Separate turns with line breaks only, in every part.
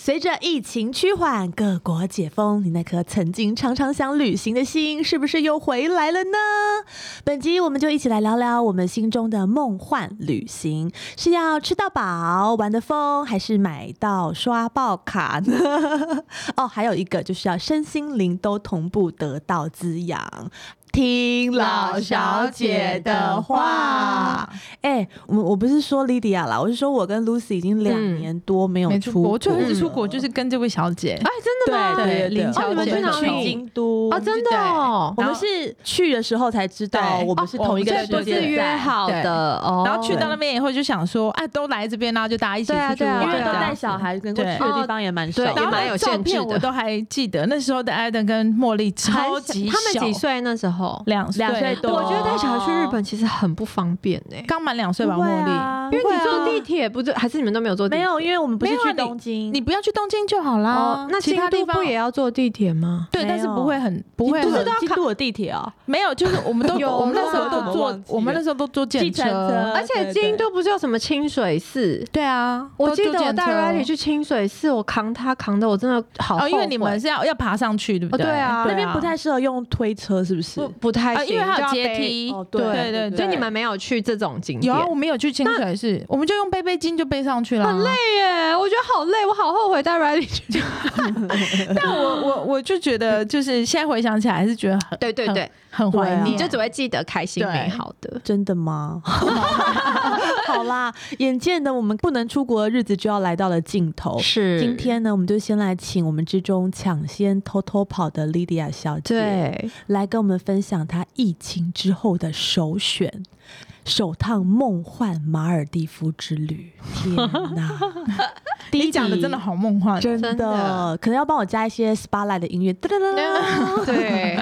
随着疫情趋缓，各国解封，你那颗曾经常常想旅行的心，是不是又回来了呢？本集我们就一起来聊聊我们心中的梦幻旅行，是要吃到饱、玩得疯，还是买到刷爆卡呢？ 哦，还有一个就是要身心灵都同步得到滋养。听老小姐的话，哎、我我不是说 Lydia 啦，我是说我跟 Lucy 已经两
嗯
年多没有
没
出
出
国，
国，我最后一次出
嗯
国就是跟这位小姐
哎，真的吗？
对对，
林
哦
巧
你们
姐
去哪
去
里？
京
都
啊，真的哦，
我
然
们
后
是去的时候才知道
对
我们是
哦
同一个
我们
所以
时
是
不
间
是约
在
好的哦，
然后去到那边以后就想说，哎，都来这边啦，就大家一起
对啊
出去
对啊
玩，
因为
对
都
啊
带小孩，能够去
对
的地方也蛮少
对
的，
然
也
后
蛮有
照
限制
片
的
我都还记得，那时候的艾登跟茉莉超级
很他们
小
几？岁那时候？
两
两岁多
我觉得带小孩去日
哦
本其实很不方便呢，
刚满两岁
不
吧，
会
茉莉。
啊，
因为
不会
你
啊
坐地铁不是还是你们都没有坐地
没
铁？
有，因为我们不是
没有啊
去东京，
你不要去东京就好啦
哦，，那
其
京
他地
都
方
不也啊要坐地铁吗？
对，
没
但是
有
不会很不会
京都
很
的京都的地铁啊，
没有，就是我们 都
有啊
我们那时候
我怎么
都
忘
坐
记，了
我们那时候都坐
计
电
程车
呃
而且
对对
京都不是有什么清水寺？
对啊，
我
都
记
坐
得我
电
带
车
Riley 去清水寺，我扛他扛的，我真的好后
哦，
悔。
因为你们是要要爬上去，对不
哦对啊
那边不太适合用推车，是不是
不？不太
啊，
行，
因为还有
就要
阶
背。
梯
哦，
对
对
对
所
对，
以你们没有去这种景点。
有啊，我们有去清水寺，我们就用背背巾就背上去了，啊
很累。耶，我觉得好累，我好后悔带 Riley 去。
但我我我就觉得，就是现在回想起来，还是觉得很
对对对，
很怀
对
念。
啊
你就只会记得开心
对
美好的。
真的吗？ 好啦，眼见的我们不能出国的日子就要来到了尽头。
是
今天呢，我们就先来请我们之中抢先偷偷跑的 Lydia 小姐，
对
来跟我们分享她疫情之后的首选。首趟梦幻马尔蒂夫之旅，天 哪！第一
你
集
讲的真的好梦幻，
真的，
真的
可能要帮我加一些 spotlight 的音乐，哒哒哒哒。
对，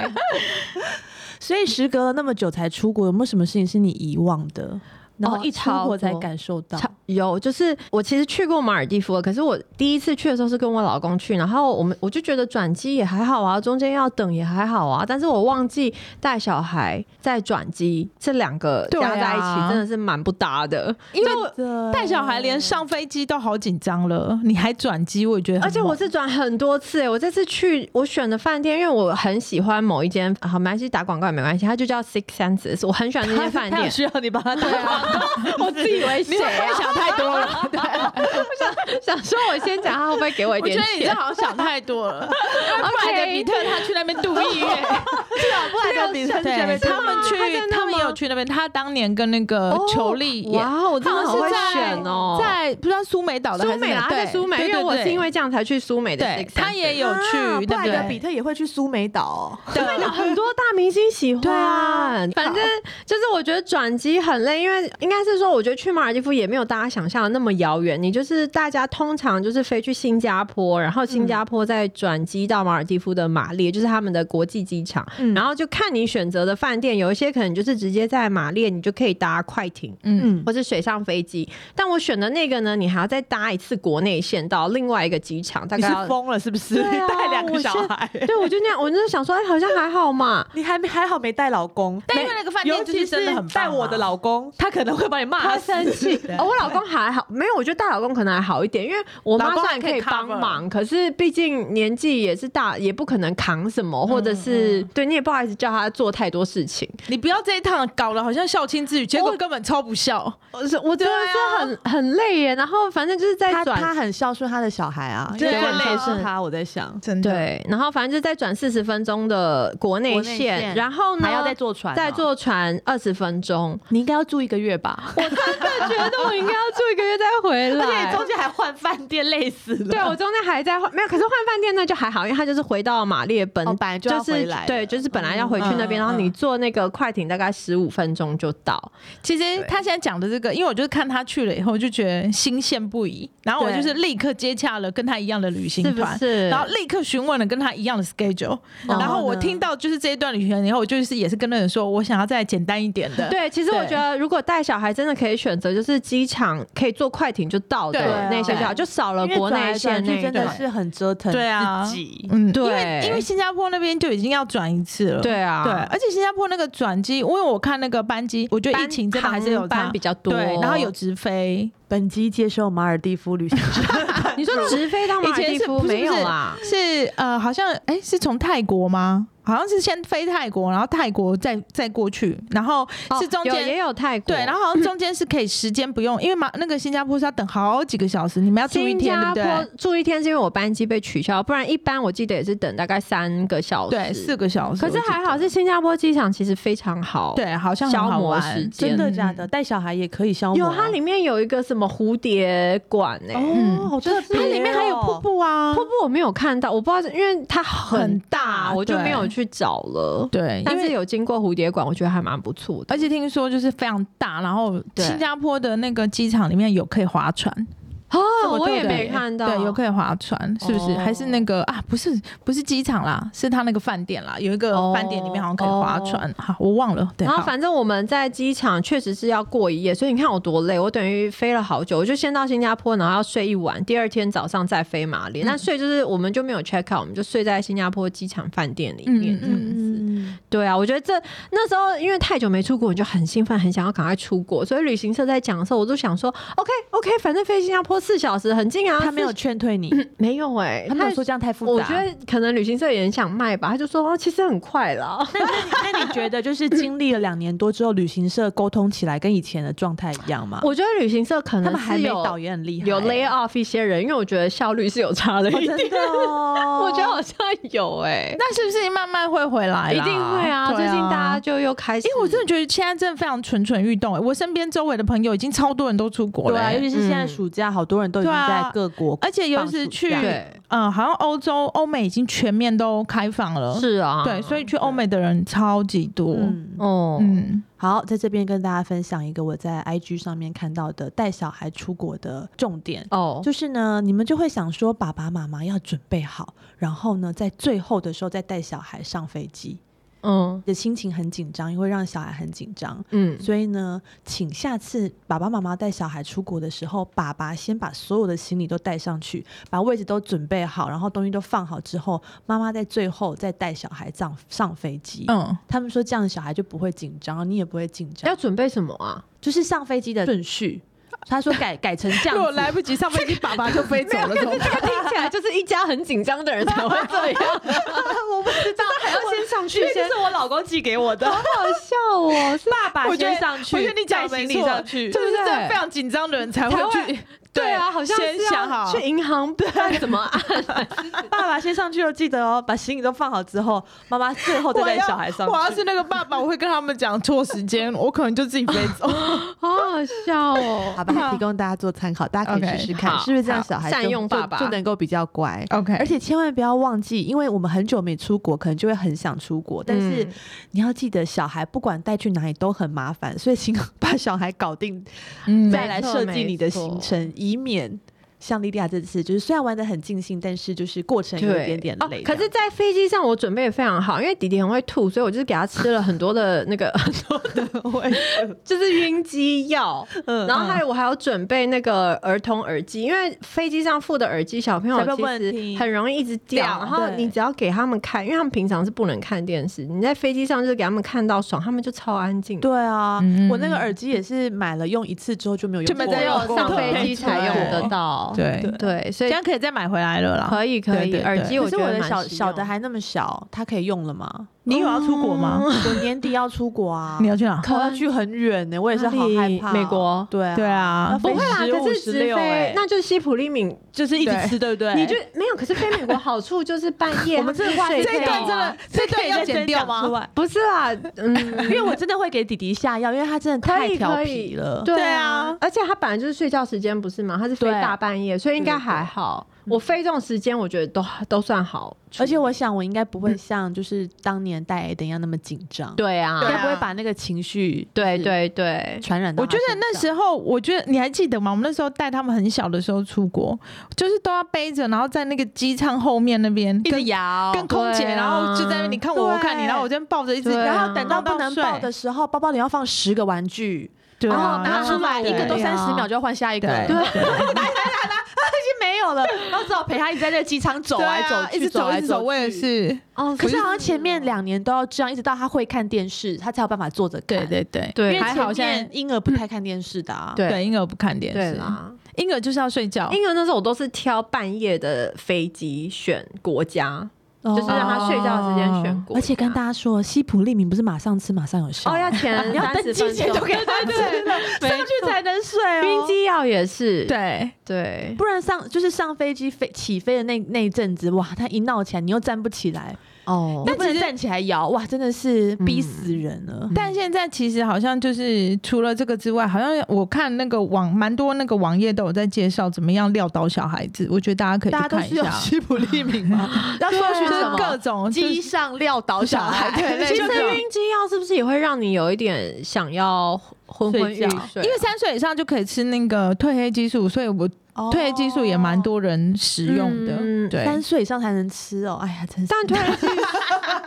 所以时隔了那么久才出国，有没有什么事情是你遗忘的？然后
哦
一出
超
国才
多
感受到，
超有，就是我其实去过马尔蒂夫了，可是我第一次去的时候是跟我老公去，然后我们我就觉得转机也还好啊，中间要等也还好啊，但是我忘记带小孩再转机，这两个
对啊
加在一起真的是蛮不搭的。
因为我
对
带小孩连上飞机都好紧张了，你还转机，我也觉得很
而
猛。
且我是转很多次、欸，我这次去我选的饭店，因为我很喜欢某一间，啊好，没关系，打广告也没关系，它就叫 Six Senses，我很喜欢那间饭
他有
店。
需要你帮他打
对啊， 我自以为谁啊？
想太多了，对，
想说我先讲，他会不会给我 一
我
点
觉
钱？
得你这好像想太多 了。布莱德比
OK，
特他去那边度蜜月，
不然的比赛
对，他们去
他在那，吗
他们也有去那边，他当年跟那个
哦
裘力也
哇，我真的
好
好
像
会
是在
选哦，
在不知道苏梅啊岛的还
苏
是
美啦，
哪
他在
对
苏美，
对
因为
对
我
对
是因为这样才去苏美的
对
Six，
他也
Senses
有去，
布
啊对不
莱啊德比
对？
特也会去苏梅岛，
对
很多大明星喜欢，
对啊
反正就是我觉得转机很累，因为应该是说，我觉得去马尔代夫也没有大家想象的那么遥远。你就是大家通常就是飞去新加坡，然后新加坡再转机到马尔代夫的马列，就是他们的国际机场。
嗯
然后就看你选择的饭店，有一些可能就是直接在马列，你就可以搭快艇。
嗯，
嗯，
或是水上飞机，但我选的那个呢，你还要再搭一次国内线到另外一个机场，大
你
概
是
要
疯了是不是？
对啊
你带两个
我
小
现
孩，
对，我就那样，我就想说，哎、好像还好嘛。
你还没还好没带老公，
但因为那个饭
尤
店就
其
真的很棒
带
啊
我的老公，他可能会把你骂
他
死。
生气 哦，我老公还好，没有，我觉得大老公可能还好一点，因为我
老
妈
公
虽
还
然可
可以
以帮
cover
忙，可是毕竟年纪也是大，也不可能扛什么，或者是、对你也不好意思叫他做太多事情。
你不要这一趟搞得好像孝亲之旅，结果根本超不孝。
我是我真的
对啊
是很、很累耶，然后反正就是在
他
转
他很孝顺他的小孩啊，因
对
为
啊
我累是他，我在想，
真，
对，然后反正就再转四十分钟的国内
国内
线，
线
然后呢
还要再坐船，啊，
再，坐船二十分钟
你应该要住一个月吧？
我觉得我应该要住一个月再回
而且
来
你。中间还换饭店，累死了。
对，我中间还在换，没有，可是换饭店那就还好，因为他就是回到马列本，
哦本来就要
是
回来了
对，就是本来要回去那边，
嗯嗯
然后
嗯
你坐那个快艇大概十五分钟就到。
其实他现在讲的这个，因为我就是看他去了以后，我就觉得心羡不已，然后我
对
就是立刻接洽了跟他一样的旅行
是不
团。
是？
然后立刻询问了跟他一样的 schedule，
然后呢
然后我听到就是这一段旅程以后，我就是也是跟那人说，我想要再简单一点的。
对，其实我
对
觉得如果带小孩真的可以选择，就是机场可以坐快艇就到
对
的那些就好，
对啊
就少了
因为
国
转
内
来转
线
去真
那一
的
段
是很折腾
对啊
自己。
嗯，因为
对
因为新加坡那边就已经要转一次了。
对啊，
对，而且新加坡那个转机，因为我看那个班机，我觉得
班
疫情真的还是有
航班
差
比较多，
对，然后有直飞，
本集接受马尔蒂夫旅行社的
你说
直飞到马
以
尔
前
地
是
夫
不是
没有
不是
啦，
是呃，好像哎、是从泰国吗？好像是先飞泰国，然后泰国再再过去，然后
哦
是中
有
间、
也有泰国，
对，然后好像中间是可以时间不用，因为马那 个新加坡是要等好几个小时，你们要住一
新
天，对不
加坡
对？
住一天是因为我班机被取消，不然一般我记得也是等大概三个小时。
对，四个小时。
可是
我记
还
得
好是新加坡机场其实非常好。。
对，好像
消
很好
磨
玩
时
真
间
真的
的
假
假
的？
的？
带小孩也可以消磨？啊
有，
哦
它里面有一个什么蝴蝶馆欸呢、
哦，
嗯
好特别哦，
它里面还有瀑布啊，
啊瀑布我没有看到，我不知道是，因为它很
很
大，
大
我就
对
没有去找了。
对，因
但是
为哎
有经过蝴蝶馆，我觉得还蛮不错的。
而且听说就是非常大，然后
对
新加坡的那个机场里面有可以划船，
哦，
我
我
都
也
对
没看到。
欸对，有可以划船，是不是？
哦
还是那个啊？不是，不是机场啦，是他那个饭店啦，有一个
哦
饭店里面好像可以划船，好，我忘了。对，
然后
好
反正我们在机场确实是要过一夜，所以你看我多累，我等于飞了好久，我就先到新加坡，然后要睡一晚，第二天早上再飞马连。那、
嗯
睡就是我们就没有 check out，我们就睡在新加坡机场饭店里面。
嗯
嗯，
对啊，我觉得这那时候因为太久没出国，你就很兴奋，很想要赶快出国，所以旅行社在讲的时候，我就想说 OK OK，反正飞新加坡四小时很近啊，
他没有劝退你，
四没有哎、
他没有说这样太复杂。
我觉得可能旅行社也很想卖吧，他就说、哦、其实很 快啦。
那那你那你觉得就是经历了两年多之后，旅行社沟通起来跟以前的状态一样吗？
我觉得旅行社可能
他们还
是
没
有
导也很厉害欸，
有 lay off 一些人，因为我觉得效率是有差了
哦
一点。
真的哦，
我觉得好像有哎、
那是不是慢慢会回来啦？
一定会啊！
对
最近大家。就又开始，
因为我真的
嗯
觉得现在真的非常蠢蠢欲动、欸，我身边周围的朋友已经超多人都出国
对
了、
啊，
欸
尤其是现在
嗯
暑假，好多人都已经
对啊
在各国，
而且尤其是去
放暑假
对
嗯，好像欧洲、欧美已经全面都开放了，
是啊，
对，所以去欧美的人超级多，嗯。
嗯，
哦，
好，在这边跟大家分享一个我在 IG 上面看到的带小孩出国的重点。
哦，
就是呢，你们就会想说，爸爸妈妈要准备好，然后呢，在最后的时候再带小孩上飞机，
嗯
你的心情很紧张，也会让小孩很紧张。
嗯，
所以呢，请下次爸爸妈妈带小孩出国的时候，爸爸先把所有的行李都带上去，把位置都准备好，然后东西都放好之后，妈妈在最后再带小孩上上飞机。
嗯，
他们说这样小孩就不会紧张，你也不会紧张
要，准备什么啊？
就是上飞机的顺序。他说改改成这
如果
样子，
来不及上飞机，爸爸就飞走了，怎么 办？
听起来就是一家很紧张的人才会这样，我不知道，还要先上 去先，
我老公寄给我的，
好笑哦，是
爸爸
我觉得
先上去，
我觉得你讲
带
得没
行李
错
上去，
就是
对不对
真的非常紧张的人才
才
会
会
去，
对啊，好像是
先
要
想好
去银行办怎么按，
爸爸先上去了，记得哦，把行李都放好之后，妈妈最后再 带小孩上
我要。我
去
要。是那个爸爸，我会跟他们讲错时间，我可能就自己飞 走。
好好笑哦，
好 吧，提供大家做参考，大家可以
OK，
试试看，
好
是不是这样？
好
小孩
善
就
用
就
爸爸
就能够比较乖。
OK，
而且千万不要忘记，因为我们很久没出国，可能就会很想出国，但是
嗯
你要记得，小孩不管带去哪里都很麻烦，所以请把小孩搞定，
嗯
再来设计
没错
你的行程，以免像莉莉亚这次就是虽然玩的很尽兴，但是就是过程有一点点累
哦。
这
可
样
是，在飞机上我准备也非常好，因为弟弟很会吐，所以我就是给他吃了很多的那个 很多 的就是晕机药，
嗯
然后还有我还有准备那个儿童耳机，因为飞机上附的耳机小朋友
小朋友不能
哦其
听
实很容易一直掉，
掉
然后
对
你只要给他们看，因为他们平常是不能看电视，你在飞机上就是给他们看到爽，他们就超安静。
对啊，
嗯
我那个耳机也是买了用一次之后就没有用
就
过
没
了，
只
再用
有
过
上
对
飞机才用得到。
对
哦对，
对，所
这
以
样可以再买回来了啦。
可以可
对
以，
对对
耳机
可
我
是
觉
我
得
的
蛮
小
实
小的
用
还那么小，他可以用了吗？嗯
你有要出国吗？
我年底要出国啊，
你要去哪？
我要去很远呢，我也是好害怕哦。
哪里美国
对啊
对，啊，
不会啦，
15
可是直
16欸
飞，那就是西普利敏，
就是一直吃，对不对？
你就没有。可是飞美国好处就是半夜，
哎 我们
他
这个话
睡
题可以啊
这一
觉啊
段真的，这一
可
段
以
要
认
剪
真
掉
讲出
吗？
来？
不是啦，嗯，
因为我真的会给弟弟吓药，因为他真的
可
太
以
调
可
皮
以
了。
对
对
啊
啊，
而且他本来就是睡觉时间不是吗？他是
对
飞大半夜，所以应该还好。我飞这种时间，我觉得都都算好处。
而且我想，我应该不会像就是当年带 A 等一样那么紧张，，
对啊，
应
对
该
啊
不会把那个情绪
对对对，
传染到
我
他
觉
身上。
得那时候，我觉得你还记得吗？我们那时候带他们很小的时候出国，就是都要背着，然后在那个机舱后面那边
一直
跟
摇，
跟空姐，
对啊
然后就在那边你看我，我看你，
对
然后我这边抱着一直，
对啊
然后等到
抱
不能抱的
睡，
时候，包包里要放十个玩具，
对
然
啊
后，
然
拿
后
出来
对
一个都三十秒就要换下一个，
对
对，经没有了，然后只好陪他一直在那个机场走
对
来走
啊
去，
一直走
来
一直走，我也
去。
是。
哦，
可是好像前面两年都要这样，一直到他会看电视，他才有办法坐着看。
对对对
因
对
为
还好现
前面
在
婴儿不太看电视的啊。
对
对婴儿不看电
对
视，
啦，
婴儿就是要睡觉。
因为那时候我都是挑半夜的飞机选国家，
哦，
就是让他睡觉的时间选国家，
而且跟大家说，西普利明不是马上吃马上有效，
哦要前
要
三
登
十
机
分
前就
钟
给。他吃了，
没
上去才能睡哦。
晕机药也是，
对，
对，
不然上就是上飞机飞起飞的那那一阵子，哇，他一闹起来，你又站不起来，
哦
你又不能站起来摇，哇，真的是逼死人了。
但现在其实好像就是除了这个之外，好像我看那个网蛮多那个网页都有在介绍怎么样撂倒小孩子，我觉得大家可以
大家
去
都
看
是
一
有
下。
西普利明吗？要搜寻
就
什
是
么？
各啊种就是
机上撂倒小孩，
小 孩对
类
其
似
实
这种
晕机药是不是也会让你有一点想要昏昏欲
睡觉
睡？
因为三岁以上就可以吃那个褪黑激素，所以我褪黑激素也蛮。多人使用的。
嗯
对，
三岁以上才能吃哦，哎呀，真是。
但褪黑 激素，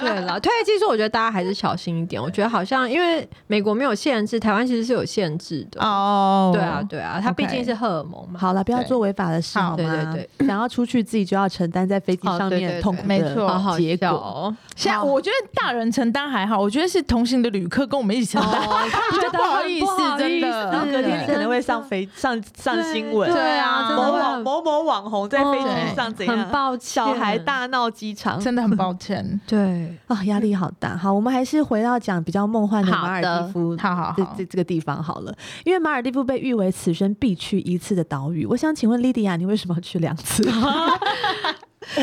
对了，褪黑激素，我觉得大家还是小心一点。我觉得好像因为美国没有限制，台湾其实是有限制的。
哦，
对啊，，对啊，它毕
OK
竟是荷尔蒙嘛。
好了，不要
对
做违法的事好
好
吗？
对
想要出去自己就要承担在飞机
哦
上
对
面
对对
痛苦的
没错
好好
结
笑
果。
哦，
现在
好
我觉得大人承担还好，我觉得是同行的旅客跟我们一起承担，
我
觉得不好意思真的
然后隔天你可能会上
飞。
飞上上新闻，
对
对啊
啊，真
某
的
网某某网红在飞机上怎样，
很抱歉，
小孩大闹机场，
真的很抱歉。
对，
啊，压力好大。好，我们还是回到讲比较梦幻的马尔蒂夫，
好好
这
好
这，这个地方好了，因为马尔蒂夫被誉为此生必去一次的岛屿。我想请问莉迪亚，你为什么要去两 次？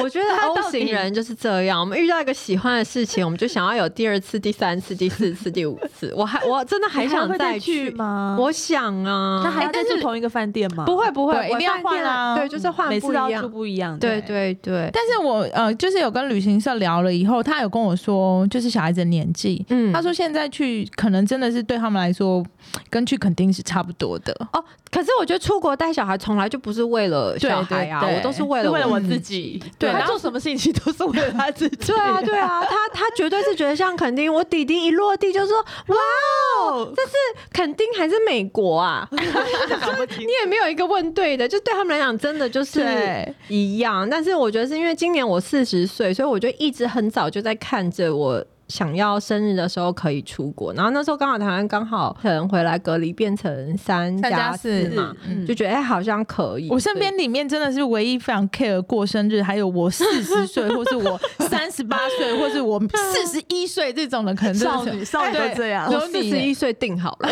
我觉得 O 型人就是这样，我们遇到一个喜欢的事情，我们就想要有第二次、第三次、第四次、第五次。我还我真的还
你
想
会再
去
去？吗？
我想啊，
那还要再
哎但
住
是
同一个饭店吗？
不会不会，
对
我
一定要
饭店
换啊
对，就是换
每
不
次
一
都要住
样。
不一样的。
对对对，
但是我呃，就是有跟旅行社聊了以后，他有跟我说，就是小孩子的年纪，
嗯
他说现在去可能真的是对他们来说，跟去肯定是差不多的。
哦，可是我觉得出国带小孩从来就不是为了小孩啊，
对对对
我都是为
是
了
为了
我
我自己，
对
他
然后
做什么事情其实都是为了他自己。
对啊，对啊，他他绝对是觉得像垦丁，我弟弟一落地就说：“哇 哦，这是垦丁还是美国啊？” 你也没有一个问对的，就对他们来讲，真的就是
对
一样。但是我觉得是因为今年我四十岁，所以我就一直很早就在看着我。想要生日的时候可以出国，然后那时候刚好台湾刚好可能回来隔离变成三
三加
四
四
嘛，
嗯
就觉得哎、好像可以。
我身边里面真的是唯一非常 care 过生日，还有我四十岁，或是我三十八岁，或是我四十一岁这种的，可能真的
少
是
女少女都
对
这样
对，
我四十一岁定好了，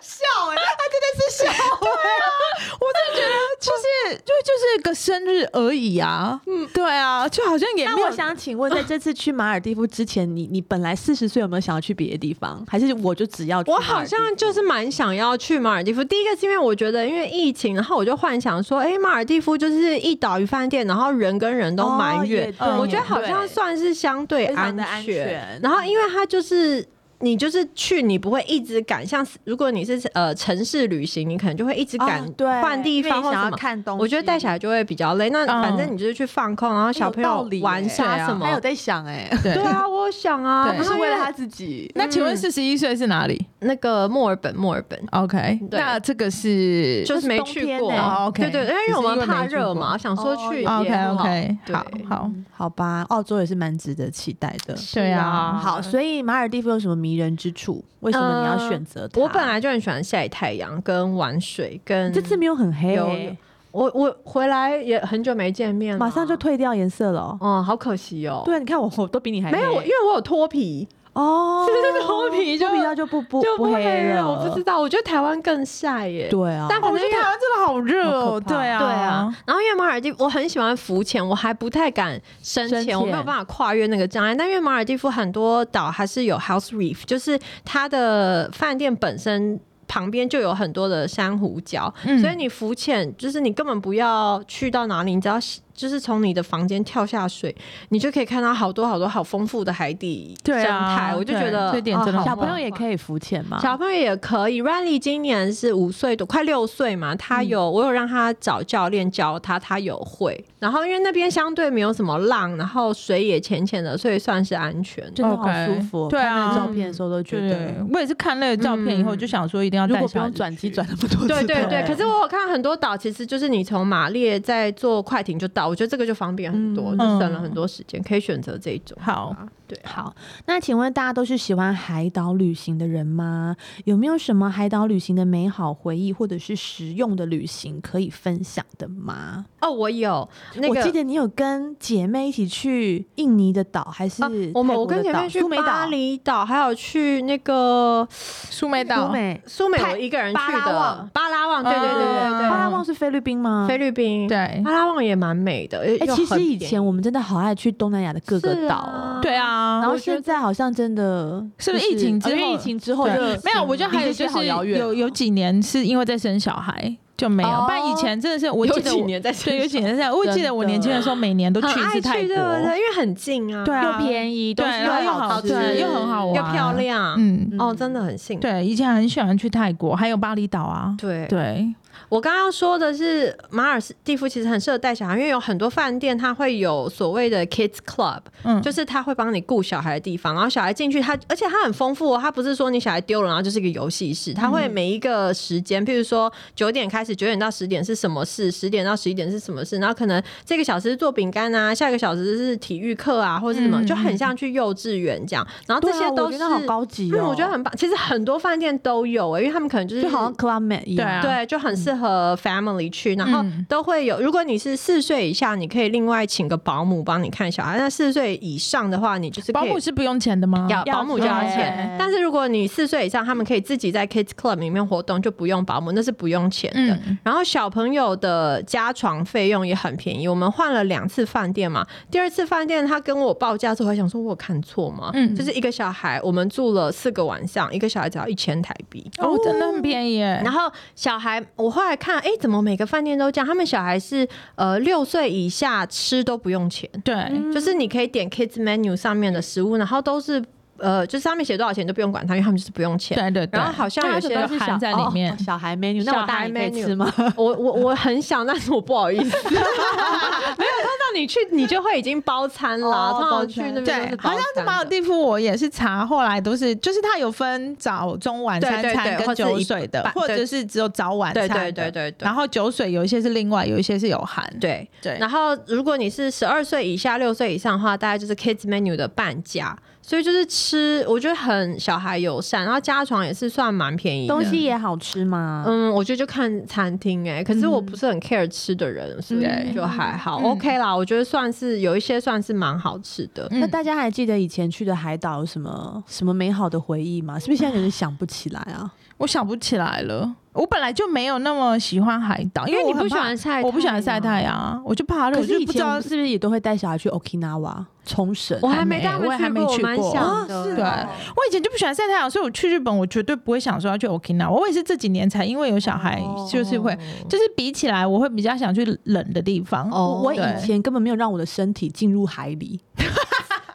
笑哎，他真的是笑。
我真的觉得就是就就是个生日而已啊，嗯，对啊，就好像也没
那我
有
想请问，在这次去马尔蒂夫之前，你你本来四十岁有没有想要去别的地方，还是我就只要去
我
马尔蒂夫
好像就是蛮想要去马尔蒂夫。第一个是因为我觉得因为疫情，然后我就幻想说，哎、马尔蒂夫就是一岛一饭店，然后人跟人都蛮远，
哦也对
我觉得好像算是相对
非常
安全。
的安全
然后因为它就是。你就是去，你不会一直赶，像如果你是呃城市旅行，你可能就会一直赶
哦对
换地方
因为
或
你想
什
要
么。
看东西，
我觉得带小孩就会比较累。那
嗯
反正你就是去放空，然后小朋
有道
友
理耶
玩
对
耍
啊
什么
他有。在想哎，
对
对啊，我想啊，
对
不
然
是
后因
为了他自己。
那请问
嗯
四十一岁是哪里
那个墨尔本，墨尔本。
？OK，
对
那这个是
就是没去过
那是冬
啊
天欸
哦，OK
对对，因为
只是
我
因为没
们怕
去过
热嘛，想
哦
说去也好。
OK OK，
对
好好，
嗯好吧，澳洲也是蛮值得期待的。
对啊
啊呃
好，所以马尔蒂夫有什么迷人之处？为什么你要选择它？
我本来就很喜欢晒太阳、跟玩水、跟
这次没有很黑
有
欸，
我我回来也很久没见面了，
马上就褪掉颜色了哦。
嗯，好可惜哦。
对啊，你看我我都比你还黑
没有，因为我有脱皮，
哦，
就是脱皮就
脱皮到就不不
就
不黑
了。
了，
我不知道，我觉得台湾更晒耶。
对啊，
但
哦
可
我
能
觉得
因为
台湾真的好热
好可
哦，
怕
对啊，
对啊，，然后因为马尔蒂夫，我很喜欢浮潜，我还不太敢深
深
潜，我没有
潜
办法跨越那个障碍。但因为马尔蒂夫很多岛还是有 house reef，就是它的饭店本身。旁边就有很多的珊瑚礁，
嗯
所以你浮潜就是你根本不要去到哪里，你只要就是从你的房间跳下水，你就可以看到好多好多好丰富的海底生
对
态。
啊
我就
对
觉得
这点真的
哦好
小朋友也
梦幻
可以浮潜嘛？
小朋友也可以。Riley 今年是五岁多，快六岁嘛，他有、我有让他找教练教他，他有会。然后因为那边相对没有什么浪，然后水也浅浅的，所以算是安全。
真的好舒服哦、
OK，对啊
看那照片的时候都觉
对
得，，
我也是看了照片以后
嗯
就想说一定要
如
带
果不
小孩
用
子
转机
去
转那么多次
对
的话，
对对，
对
可是我有看很多岛，其实就是你从马列再坐快艇就到，我觉得这个就方便很多，
嗯
就省了很多时间，可以选择这一种。
好，
对啊，
好，那请问大家都是喜欢海岛旅行的人吗？有没有什么海岛旅行的美好回忆，或者是实用的旅行可以分享的吗？
哦，我有那
我记
个。
得你有跟姐妹一起去印尼的岛，还是、
啊，我们我跟前面去
苏梅岛
巴、厘岛，还有去那个
苏梅
苏
岛，
美、
苏美，
泰
我一个人去
巴拉望
的。巴拉望，对对对对对，
巴拉
嗯
望是菲律宾吗？
菲律宾，
对
嗯
巴拉望也蛮美的。哎
哎、其实以前我们真的好爱去东南亚的各个岛哦、
对啊，
然后
我觉得
现在好像真的
是不是
就
疫情之
哦因为
后
疫情之后就嗯
对没有，我觉得还有
离这
就
些好
是
遥远
有有几年是因为在生小孩就没有
哦，
不然以前真的是我记得
有几
我
年在生
对有几年在，我
真的
记得我年轻的时候每年都
很
去一
爱
次泰
去，对
国，
不对？因为很近啊，
对啊，
又便宜，
对
东西
然后又
好
好
吃，哦
吃
又很好
又
玩
漂亮，
嗯，
哦，真的很幸福。
对，以前很喜欢去泰国，还有巴厘岛啊，
对，
对，
我刚刚说的是马尔地夫其实很适合带小孩，因为有很多饭店它会有所谓的 kids club，
嗯，
就是他会帮你顾小孩的地方，然后小孩进去他，而且他很丰富哦，他不是说你小孩丢了然后就是一个游戏室，他会嗯每一个时间，譬如说九点开始，九点到十点是什么事，十点到十一点是什么事，然后可能这个小时是做饼干啊，下一个小时是体育课啊，或是什么，
嗯
就很像去幼稚园这样，然后
对
这
啊
些
我
都
觉
是、
得好嗯高级哦、
嗯，我觉得很棒。其实很多饭店都有、欸，因为他们可能就是
就好像 club m a t 一样，
对啊
对，就很适合 family 去，然后
嗯
都会有。如果你是四岁以下，你可以另外请个保姆帮你看小孩。那四岁以上的话，你就是可
保
以嗯
姆是不用钱的吗？
要保姆就要
要
钱
钱。
但是如果你四岁以上，他们可以自己在 kids club 里面活动，就不用保姆，那是不用钱的。
嗯
然后小朋友的加床费用也很便宜，我们换了两次饭店嘛。第二次饭店他跟我报价的时候，我还想说我有看错吗？
嗯
就是一个小孩，我们住了四个晚上，一个小孩只要一千台币。
哦，真的很便宜耶
然，后小孩，我后来看，哎、怎么每个饭店都这样？他们小孩是呃六岁以下吃都不用钱，
对，
嗯
就是你可以点 kids menu 上面的食物，然后都是呃，就是上面写多少钱都不用管它，因为他们就是不用钱。
对对对
然，后好像
那
有
有些
些
都
都
是
是
小
小在里
哦
面
小孩 menu，那我
小
大
孩
人可以
menu
吃吗？
我我我很想，但是我不好意思， 没有。通常你去，你就会已经包餐啦。
哦
通
包
常去
餐
那边
对
都是，包
好像是
餐
马尔
的
地夫，我也是查，后来都是，就是它有分早、中、晚
对
三
对
餐
对
跟
或者
酒
一
水的
半，
或
对
者是只有早晚
对
餐的。
对对对对
然后酒水有一些是另外，有一些是有含。
对。
对，
然后，如果你是十二岁以下、六岁以上的话，大概就是 kids menu 的半价，所以就是吃，我觉得很小孩友善，然后加床也是算蛮便宜的
东西。也好吃吗？
嗯，我觉得就看餐厅哎、可是我不是很 care 吃的
嗯
人，所以
对
就还好、
嗯
OK 啦。我觉得算是有一些算是蛮好吃的。
那大家还记得以前去的海岛有什么什么美好的回忆吗？是不是现在有 点想不起来啊？
我想不起来了，我本来就没有那么喜欢海岛，因
因为
我
你
很
不喜
怕
欢晒太阳
我不喜欢晒太阳啊，我就怕热，
可
我
是
就
以
不知
前我
道
们。是不是也都会带小孩去 Okinawa 冲绳？
我还
还
没
没
带他
我也还
们
没
去过，我
去
蛮
过
想
啊
的。
是
对，我以前就不喜欢晒太阳，所以我去日本，我绝对不会想说要去 Okinawa。我也是这几年才因为有小孩
哦，
就是会，就是比起来，我会比较想去冷的地方。
哦
我我以
对
前根本没有让我的身体进入海里，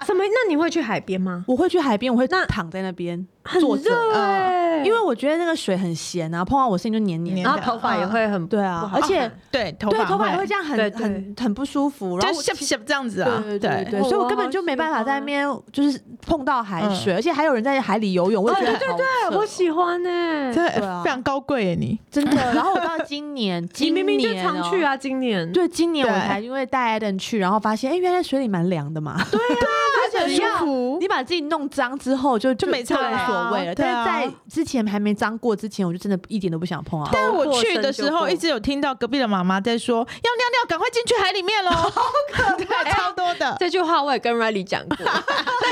什么？那你会去海边吗？
我会去海边，我会
那
躺在那边
很
坐着，
热
嗯
欸
因为我觉得那个水很咸啊，碰到我身体就黏黏
然后
的。
头发也会很
对啊，
不好
而且
看
对，头
对
发
头发也会这样
对
很
对
很很不舒服，然后
就
我
像
其实
像这样子啊，
对对对，
哦
所以我
我
根本
好
就没
喜
办法在那
欢
边就是碰到海水，而且还有人在海里游泳，我也觉得嗯哦对对对
我喜欢呢、
真
对啊
的非常高贵耶你。
真的。 然后我到今年，
你
今
明明就
年
常
哦
去。啊，今年
对，今年我
对
才因为带 Eden 去，然后发现，哎，原来水里蛮凉的嘛。 对啊，而且
很舒服
你把自己弄脏之后就，就
就没
就
差
无
了
所谓了。
对
但
啊
是在之前还没脏过之前，我就真的一点都不想碰啊。
但是我去的
过
时
身就
候，
过
一直有听到隔壁的妈妈在说要尿尿，赶快进去海里面喽，好可怕， 超多 的。
这句话我也跟 Riley 讲 过，但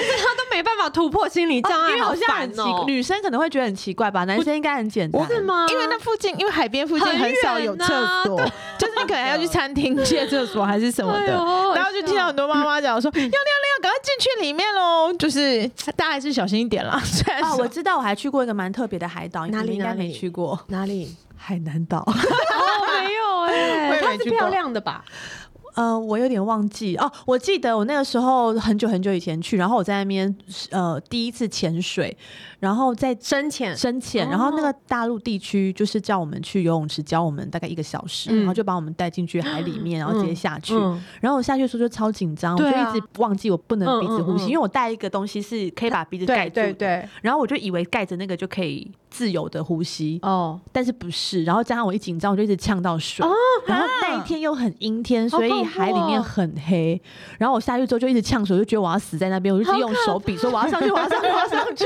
是他都没办法突破心理障碍，
因为好像
烦
很奇，
哦
女生可能会觉得很奇怪吧，男生应该很简单。
是吗？
因为那附近，因为海边附近很少有厕
很
所，就是你可能还要去餐 厅借厕所还是什么
哎
啊
的
呦好好，
然后就听到很多妈妈讲说要尿尿，赶快进去里面喽，就是大家还是小心一点啦。 虽然
啊，我
说
知道，我还去过一个蛮特别的海岛，你
哪
们
里
应该
哪里
没去过
哪里？
海南岛。
哦，没有哎、
我也
它
没
是
去过
漂亮的吧？
呃，我有点忘记哦。我记得我那个时候很久很久以前去，然后我在那边呃第一次潜水，然后在
深浅
深潜，
哦
然后那个大陆地区就是叫我们去游泳池，教我们大概一个小时，
嗯
然后就把我们带进去海里面，然后直接下去。
嗯
然后我下去的时候就超紧张，我就
对啊
一直忘记我不能
嗯
鼻子呼吸，
嗯嗯
因为我带一个东西是可以把鼻子盖
对
住的
对对，
然后我就以为盖着那个就可以自由的呼吸，
哦，
但是不是？然后加上我一紧张，我就一直呛到水。然后那一天又很阴天，
好
所以
恐怖
海里面
哦
很黑。然后我下去之后就一直呛水，我就觉得我要死在那边，我就一直用手比说我要上去，我要上去，我要上 去。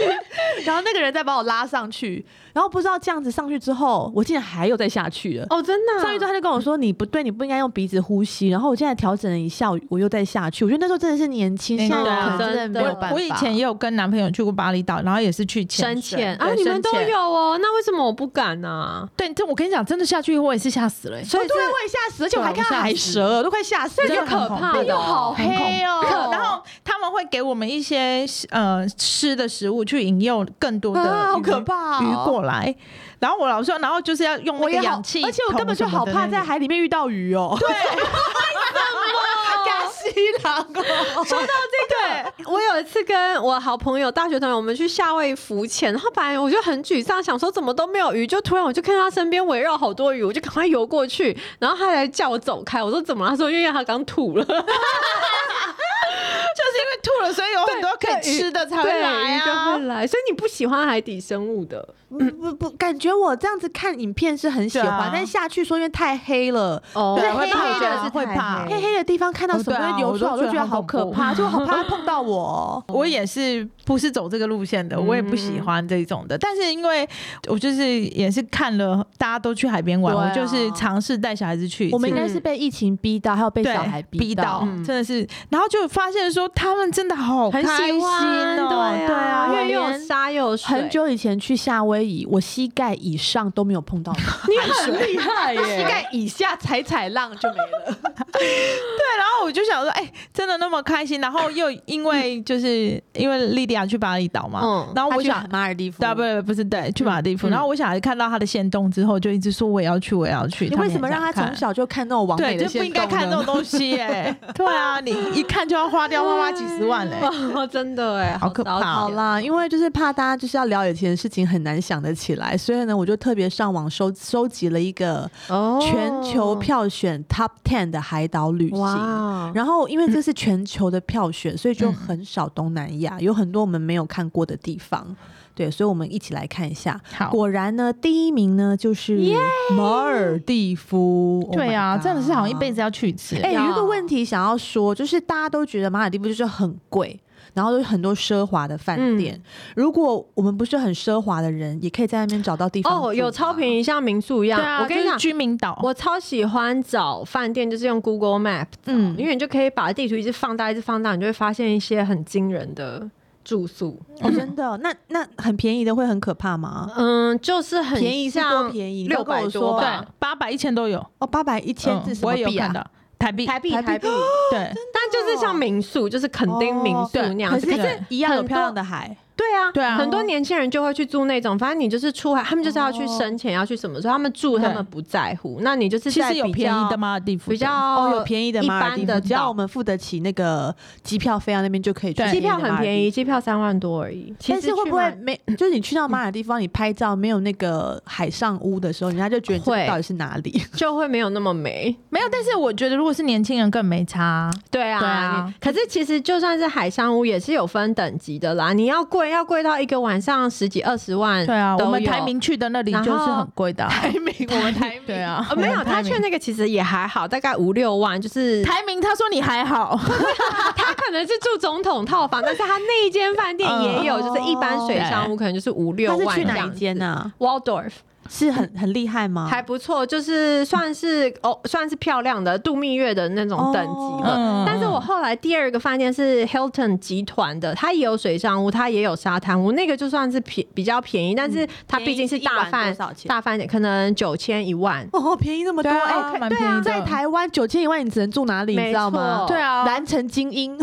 然后那个人再把我拉上去，然后不知道这样子上去之后，我竟然还有再下去了。
哦，真的啊、
上去之后他就跟我说：“你不对，你不应该用鼻子呼吸。”然后我现在调整了一下，我又再下去。我觉得那时候真的是年轻，现
年
在
轻
可能
对啊
真的没有办法。
我以前也有跟男朋友去过巴厘岛，然后也是去潜
深
水
浅
对
啊，你们
深
都
潜
有哦，那为什么我不敢啊呢、
对，这我跟你讲，真的下去我也是吓死了、欸。
所以
对，
这
我也吓死，而且我还
对
看
我吓
到海
死
蛇，都快吓死了，
这
就
个很
可
恐
怕
怖
的
又
哦
好
很恐
黑哦、
可然后他们会给我们一些呃吃的食物去引诱更多的鱼、
啊好可怕哦
鱼过来。然后我老说，然后就是要用那
我
个
也好
氧气，
而且我根本就好怕 在。海里面遇到鱼哦、 对，嘎西狼哦，
说到 这个，我有一次跟我好朋友、大学同学，我们去夏威夷浮潜，然后本来我就很沮丧，想说怎么都没有鱼，就突然我就看到他身边围绕好多鱼，我就赶快游过去，然后他来叫我走开，我说怎么了？他说因为他刚吐 了，
就是因为吐了，所以有很多可以吃的才会来
对鱼
啊
就会。来，所以你不喜欢海底生物的，
不不，感觉我这样子看影片是很喜欢，
对啊
但下去说因为太黑了，
哦
对
对，
会
会
怕
怕，会怕。
黑黑的地方看到
哦
什么
对啊
会流出来，
我
我
都
就觉
觉
得
得
好
好
可
恐怖
怕，就好怕碰到我哦。
我也是不是走这个路线的，我也不喜
嗯
欢这种的。但是因为我就是也是看了大家都去海边玩，
对啊
我就是尝试带小孩子去一 次。
我们应该是被疫情逼到，还有被
对
小孩
逼
到。嗯
到，真的是，然后就发现说他们真的好
很
开
喜
心
欢，
哦，对
啊，因
我
为又有
连
沙又有水，
很久以前去夏威夷，我膝盖以上都没有碰到
你很厉害耶，
膝盖以下踩踩浪就没了。
对，然后我就想说，哎、真的那么开心？然后又因为
嗯
就是因为莉迪亚去巴厘岛嘛，
嗯
然后我想啊
想。马尔地夫
对，不是不是对，去马尔地夫。
嗯
然后我小孩看到他的线动之后，就一直说我也要去，我也要去。
你
们
为
也
什么让
想
他从
看
小就看那种王
对
美的
就
线
不应该
动
看这
呢
种东西哎、对啊，你一看就要花掉妈妈几十万 嘞、
哦， 真的哎，
好可怕
糟糕
好啦，因为就是怕大家就是要聊以前的事情很难想得起来，所以呢，我就特别上网收收集了一个
哦
全球票选 Top Ten 的海岛旅行。
哇，
然后，因为这是全球的票选，所以就很少东南亚，有很多我们没有看过的地方。对，所以我们一起来看一下。
好，
果然呢，第一名呢就是马尔地夫。Oh
对啊，
my
真的是好像一
god
辈子要去一次、
哎、
要
有一个问题想要说，就是大家都觉得马尔地夫就是很贵，然后有很多奢华的饭店。
嗯
如果我们不是很奢华的人，也可以在那边找到地方
哦，
住
有
吗
超便宜，像民宿一样。
对啊，
我跟你
就是
讲，
居民岛，
我超喜欢找饭店，就是用 Google Map，
嗯
嗯，因为你就可以把地图一直放大，一直放大，你就会发现一些很惊人的住宿。
哦，真的哦？那那很便宜的会很可怕吗？
嗯，就是很
便宜是多
像
便宜
六
都跟
百
我
多
说
对
吧，
八百一千都有，
哦，八百一千
嗯
是什
我
么
也有
币啊
看？到台币，
台币
台币哦
台币，
对，
但就是像民宿，就是垦丁民宿
对
那样
可
子。
是哦
可
对
是
一样有
很多
漂亮的海，
对啊，
对啊
很多年轻人就会去住那种，反正你就是出海，他们就是要
哦
去深潜，要去什么，所以他们住他
对
们不在乎。那你就是
其
在
实有
比
便宜
较
的马尔地夫的
比较
哦，有便宜的
一
马尔
般
地
的
夫，只要
岛
我们付得起那个机票费，到啊那边就可以去
对
便宜
机
的马
票
尔地夫。
很便宜，机票三万多而已。其
但
实
是会
去
不会
买
没？就是你去到马尔地方，你拍照没有那个海上屋的时候，人家就觉得这个
会
到底是哪里？
就会没有那么美？
没有，但是我觉得如果是年轻人更没差，
对啊，
对啊
你可是其实就算是海上屋也是有分等级的啦，你要贵要贵到一个晚上十几二十嗯万都
对
有。
啊，我们台民去的那里就是很贵的啊、
明，我们台明
对，啊，
呃
我
没有，
们台
他
民
去那个其实也还好，大概五六万，就是
台民，他说你还好，
他可能是住总统套房，但是他那一间饭店也有，
嗯哦
就是一般水上屋可能就是五 六
他是
万。
去哪一间啊哦
呢
呢？
？Waldorf
是很很厉害吗？
还不错，就是算是哦，算是漂亮的度蜜月的那种等级了。
嗯
但是我后来第二个饭店是 Hilton 集团的，它也有水上屋，它也有沙滩屋，那个就算是便比较便宜，但是它毕竟是大
便宜
饭
一晚多少钱
大饭店，可能九千一万。
哦，便宜那么多
对啊
哎！
蛮便宜的
在台湾九千一万，你只能住哪里？你
没
知道吗？
错对
啊
蓝城精英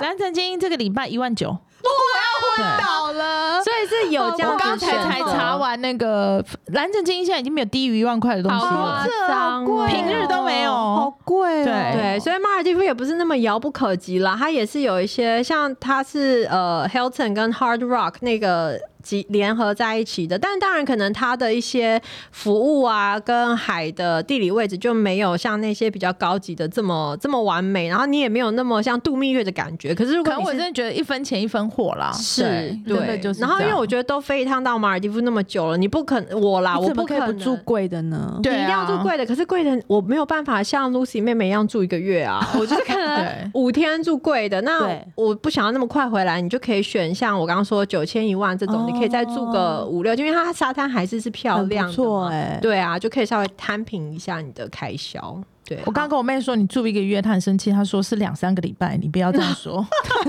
蓝城精英这个礼拜一万九，我要昏倒了。
所以是有这样
哦我
子
刚才
选择
才查，完那个蓝正金，现在已经没有低于一万块的东西
好
了
夸，张哦，
平日都没有
好贵哦。
对
对，所以马尔蒂夫也不是那么遥不可及啦，它也是有一些像它是呃 Hilton 跟 Hard Rock 那个集联合在一起的，但当然可能它的一些服务啊跟海的地理位置就没有像那些比较高级的这么这么完美，然后你也没有那么像度蜜月的感觉。可是如
可能
果你
我真
是
的觉得一分钱一分货啦，
是
真的就是这
然
样。
后因为我觉得都飞一趟到马尔蒂夫那么久了，你不可能我啦，
你
啊我
怎么
可
可以
能
不住贵的呢？
对
你一定要住
啊
贵的，可是贵的我没有办法像 Lucy 妹妹一样住一个月 啊，我就是可能
对
五天住贵的，那
对
我不想要那么快回来，你就可以选像我刚刚说九千一万这种，你可以再住个五六，因为它沙滩还是是漂
很
亮
不
的
错
嘛，
哎、
对啊，就可以稍微摊平一下你的开销。对，
我刚跟我妹说你住一个月，她很生气，她说是两三个礼拜，你不要这样说。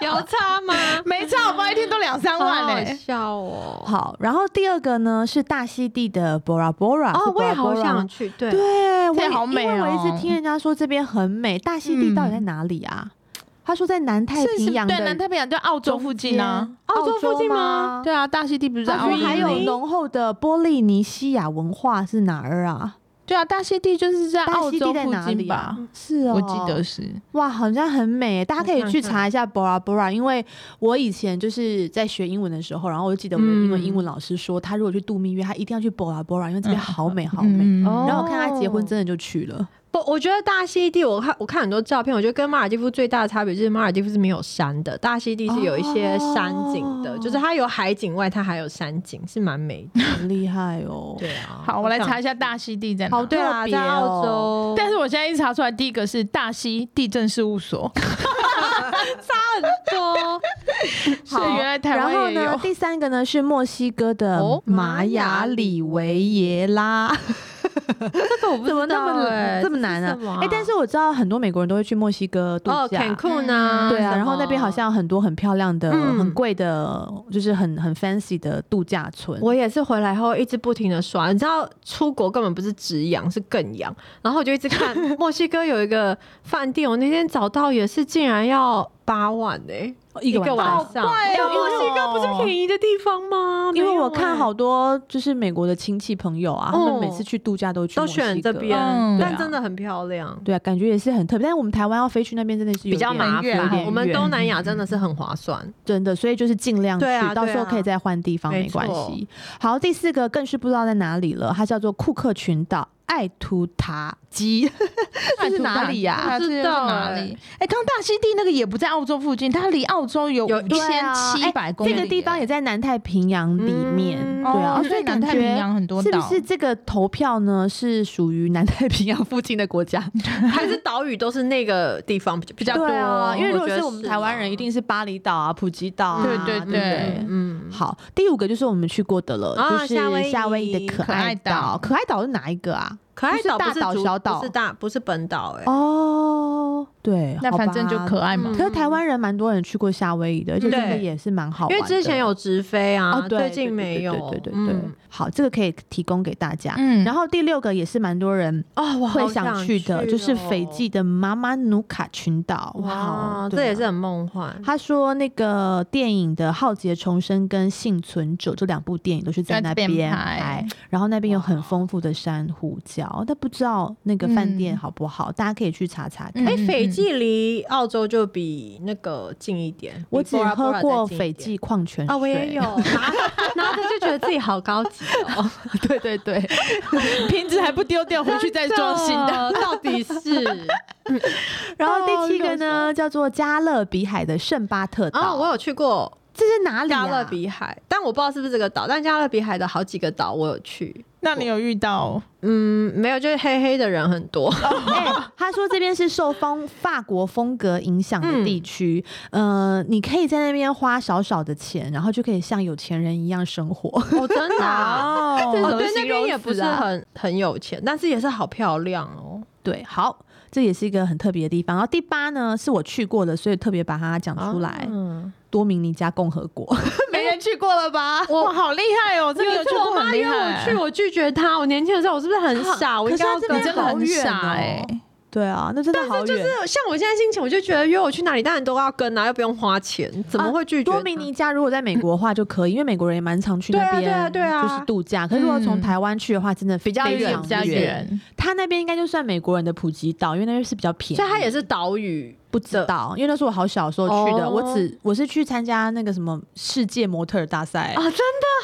有差吗？
没差，我爸一天都两三
好
万
好
嘞、
笑哦！
好，然后第二个呢是大溪地的 Bora Bora，
哦
是，
我也
Bora
好
Bora
想
吗。
去，对，
对，我
这
也
好美
因为我一
哦嗯
直听人家说这边很美，大溪地到底在哪里啊？他说在南太
是是
平洋的
对南太平洋，对澳洲附近啊。
澳洲附近吗
吗？
对啊，大溪地不是在
他
澳
说
洲？
还有浓厚的波利尼西亚文化是哪儿啊？
对啊，大溪地就是在
大
澳
溪
洲
地在
附
哪
近
里
吧？
啊？是哦，
我记得是。
哇，好像很美耶，大家可以去查一下 Bora Bora，因为我以前就是在学英文的时候，然后我就记得我的英文
嗯
英文老师说，他如果去度蜜月，他一定要去 Bora Bora，因为这边
嗯
好美好美。
嗯，
哦
然后我看他结婚，真的就去了。
不，我觉得大溪地，我看我看很多照片，我觉得跟马尔蒂夫最大的差别就是马尔蒂夫是没有山的，大溪地是有一些山景的，
哦
就是它有海景外，它还有山景，是蛮美 的。
很厉害哦。
对啊，
好，我来查一
下。
下大溪地在哪。
好
对啊，
特别哦
在澳洲，
但是我现在一查出来，第一个是大溪地震事 务所，
多
是原来台
然后
湾也
呢
有，。
第三个呢是墨西哥的
哦
玛雅里维耶拉，
这个我不
怎么
知
那
道
么
哎，
这么难
这
啊
是什么？
哎，但是我知道很多美国人都会去墨西哥度
哦
假。
，Cancun 啊，
对啊，
什么
然后那边好像很多很漂亮的、
嗯
很贵的，就是很很 fancy 的度假村。
我也是回来后一直不停的刷，你知道出国根本不是止痒是更痒，然后我就一直看 墨西哥有一个饭店，我那天找到也是竟然要八万哎、
一个
个
晚
晚
上
上，
好贵哦
墨西哥不是便宜的地方吗？
因为
没有
我看
欸
好多就是美国的亲戚朋友啊，
哦
他们每次去度假都去
都
墨西哥
选这边，
嗯
但
对啊
真的很漂亮。
对啊，感觉也是很特别。但是我们台湾要飞去那边真的是有
比较
点
麻
有点
烦，
远
我们东南亚真的是很划算。
真的，所以就是尽量去，
对啊
到时候
对啊
可以再换地方，
没
没关
错
系。好，第四个更是不知道在哪里了，它叫做库克群岛爱图塔基， 这是哪里呀、
不知道哪里？哎，刚大溪地那个也不在澳洲附近，它离澳洲有
有
一
对
千
啊
七百公里
这
耶。
个地方也在南太平洋里面，
嗯
对啊，
哦
哦所以
在南
感
太平
觉
洋很多
是不
岛
是这个投票呢是属于南太平洋附近的国家？
还是岛屿都是那个地方比较比较
对
对啊，因为如果
我觉
是
得
我们
是
台湾
啊
人，一定是巴厘岛啊、普吉岛啊，
对
对
对不
对
嗯，
好，第五个就是我们去过的了，
啊
就是
夏威夷
夏威夷的可
可爱
爱岛。
岛
可爱岛是哪一个啊？
可爱岛
不是
不是
大岛
主
小岛
不是大不是本岛哎，
哦，对，
那
好
反正就
吧
可。爱嘛
嗯。
可是台湾人蛮多人去过夏威夷的，而且真的
对
也是蛮好玩
因
的。
为之前有直飞啊
哦，，对，
最
对
近
对
没
对
有，
对对对对
嗯。
好，这个可以提供给大家。
嗯
然后第六个也是蛮多人
哦，我
会
好
想
想
去的，就是
哦
斐济的马马努卡群岛。哇
哇，，
对
这
啊
也是很梦幻。
他说那个电影的《浩劫重生》跟《幸存者》这两部电影都是在那
在那
边
边
拍
拍，
然后那边有很丰富的珊瑚礁，但不知道那个饭店
嗯
好不好，大家可以去查查看。
嗯
哎，斐济离澳洲就比那个近一点，
我
比
只
Bora
喝
Bora
过
再近一
斐
点
济矿泉水
啊，我 也有，拿拿着就觉得自己好高级哦，
对对对， 瓶子还不丢掉，回去再
啊
装 新的。
真的，到底 是
然后第七个呢，叫做加勒比海的圣巴特岛，
哦，我有去过
这是哪里、啊？
加勒比海，但我不知道是不是这个岛，但加勒比海的好几个岛我有去，
那你有遇到？
嗯，没有，就是黑黑的人很多，
哎、他说这边是受方法国风格影响的地区，
嗯
呃，你可以在那边花少少的钱，然后就可以像有钱人一样生活。
哦，真的啊，
哦
哦
么
对，那
形
边
容
也不
词
是
啊
很很有钱，但是也是好漂亮哦，
对，好，这也是一个很特别的地方。然后第八呢，是我去过的，所以特别把它讲出来。
嗯，
多明尼加共和国，
没人去过了吧？
我
哇，好厉害哦！这个有去
我
过
妈
很厉
约我
害
去，。我拒绝她。我年轻的时候，我是不是很傻？我
可
应
是
该要
她这边
跟
你真的很
好远
傻
哦
哎，
对啊，那真的好
就
远
是。像我现在心情，我就觉得约我去哪里，当然都要跟啊，又不用花钱，怎么会拒绝他？
多米尼加如果在美国的话就可以，因为美国人也蛮常去那边，
对啊对啊对啊嗯
就是度假。可是如果从台湾去的话，真的比
比较远，
常
比较
远。
远，
他那边应该就算美国人的普吉岛，因为那边是比较便宜。
所以它也是岛屿
不知道，因为那是我好小时候去的，
哦
我只我是去参加那个什么世界模特儿大赛，
啊，真的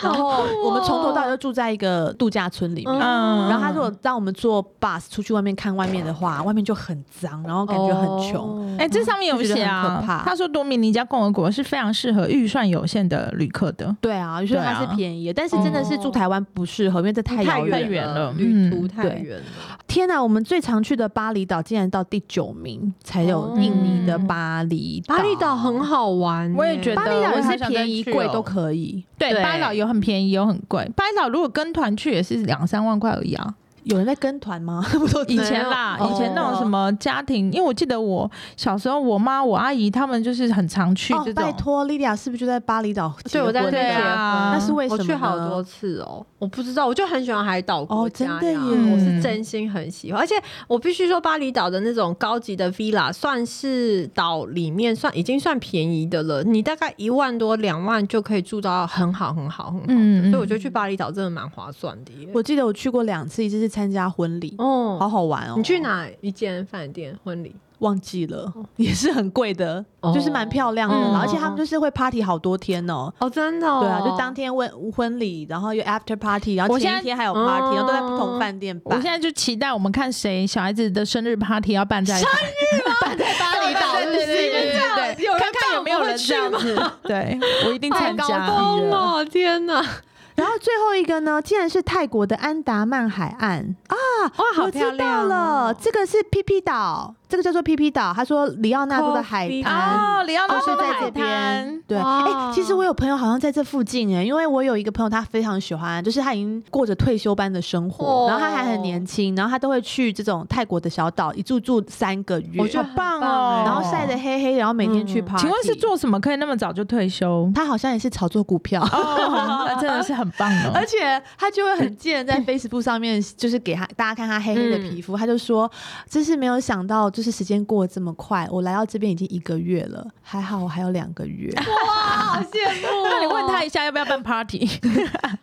然
好酷
后
哦。
我们从头到尾都住在一个度假村里面。
嗯
嗯，
然后他如果让我们坐 bus 出去外面看外面的话，外面就很脏，然后感觉很穷。
哦
哎、这上面有
就觉得
写
很可怕
啊，他说多米尼加共和国是非常适合预算有限的旅客的。
对啊，所以它
对啊
是便宜的，但是真的是
哦
住台湾不适合，因为这太遥
太
远
远了
旅
嗯
途太
对
远了。
天哪，我们最常去的巴厘岛竟然到第九名，才有印尼的巴厘岛。
哦巴厘岛很好玩欸，
我也觉得
巴厘岛也
我也好
是
想再
便宜
去
贵
哦
都可以。
对，
对
巴厘岛有很便宜，有很贵。巴厘岛如果跟团去也是两三万块而已啊。
有人在跟团吗？不都
以前啦，
没有
以前那种什么家庭，因为我记得我小时候，我妈、我阿姨他们就是很常去
哦
这，种。
拜托，莉莉亚是不是就在巴厘岛结
对，
婚
我
的？
在那
对
边
啊
结婚
那是为什么
我
呢？
去好多次哦，我不知道，我就很喜欢海岛国
哦真
家呀，
的耶
我是
嗯
真心很喜欢，而且我必须说，巴厘岛的那种高级的 villa 算是岛里面算已经算便宜的了，你大概一万多两万就可以住到很好很好很好的，
嗯嗯
所以我觉得去巴厘岛真的蛮划算的耶。
我记得我去过两次，一次是参加婚礼，
哦，
好好玩哦。
你去？哪一间饭店婚礼？
忘记了，也是很贵的，
哦
就是蛮漂亮的啦，
哦
而且他们就是会 party 好多天哦。
哦，真嗯的、哦，
对啊，就当天问婚礼，然后又 after party，然后
我现
前
在
一天还有 party，
嗯
然后都在不同饭店
我
办。
现在就期待我们看谁小孩子的生日 party 要办在生日办在巴厘岛，
对
是不
对
是？
对对对
对
有人
看看
办
有没有
我会
人
去
这样子。对，我一定
太
参
高
加。
峰哦，天哪！
然后最后一个呢，竟然是泰国的安达曼海岸啊！
哇，好
我
漂
知道
亮、哦！
了，这个是 PP 岛，这个叫做 PP 岛。他说里奥纳多的海
Coffee
滩。
哦，里奥纳
就
多
是
的
在
海
这边
滩，，
对，哎、
哇
其实我有朋友好像在这附近哎、因为我有一个朋友，他非常喜欢，就是他已经过着退休般的生活，
哦
然后他还很年轻，然后他都会去这种泰国的小岛一住住三个月，
我觉得
好棒
很棒
哦
哎
然后晒得黑黑，然后每天去
嗯
party。？
请问是？做什么可以那么早就退休
他好像也是炒作股 票。
哦，那真的是很棒哦
而。且他就会很贱， 在 Facebook 上面就是给他大家看他黑黑的皮
嗯
肤，他就说：“真是没有想到，就是时间过得这么快，我来到这边已经一个月了，还好我还有两个 月。
好羡慕、
那你问他，一下要不要办 party？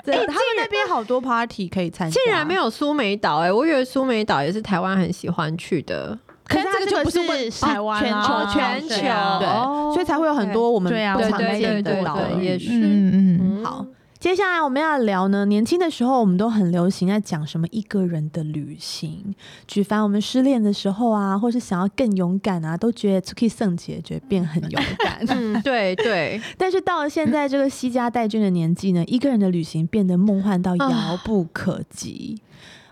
对，他们那边好多 party 可以参加，
竟然没。有苏梅岛哎、我以为苏梅岛也是台湾很喜欢去的。
可是
可是
他
这个就不是问
是哦
台湾
全球
啊
全球
对
哦，
所以才会有很多我们
对啊
不
对
常
对对
见
对
的岛
对，
屿
也是。
嗯嗯，
嗯
好，接下来我们要聊呢，年轻的时候我们都很流行在讲什么一个人的旅行，举凡我们失恋的时候啊，或是想要更勇敢啊，都觉得出去圣姐觉得变很勇 敢。
嗯，对对，
但是到了现在这个惜家带眷的年纪呢，一个人的旅行变得梦幻到遥不可及。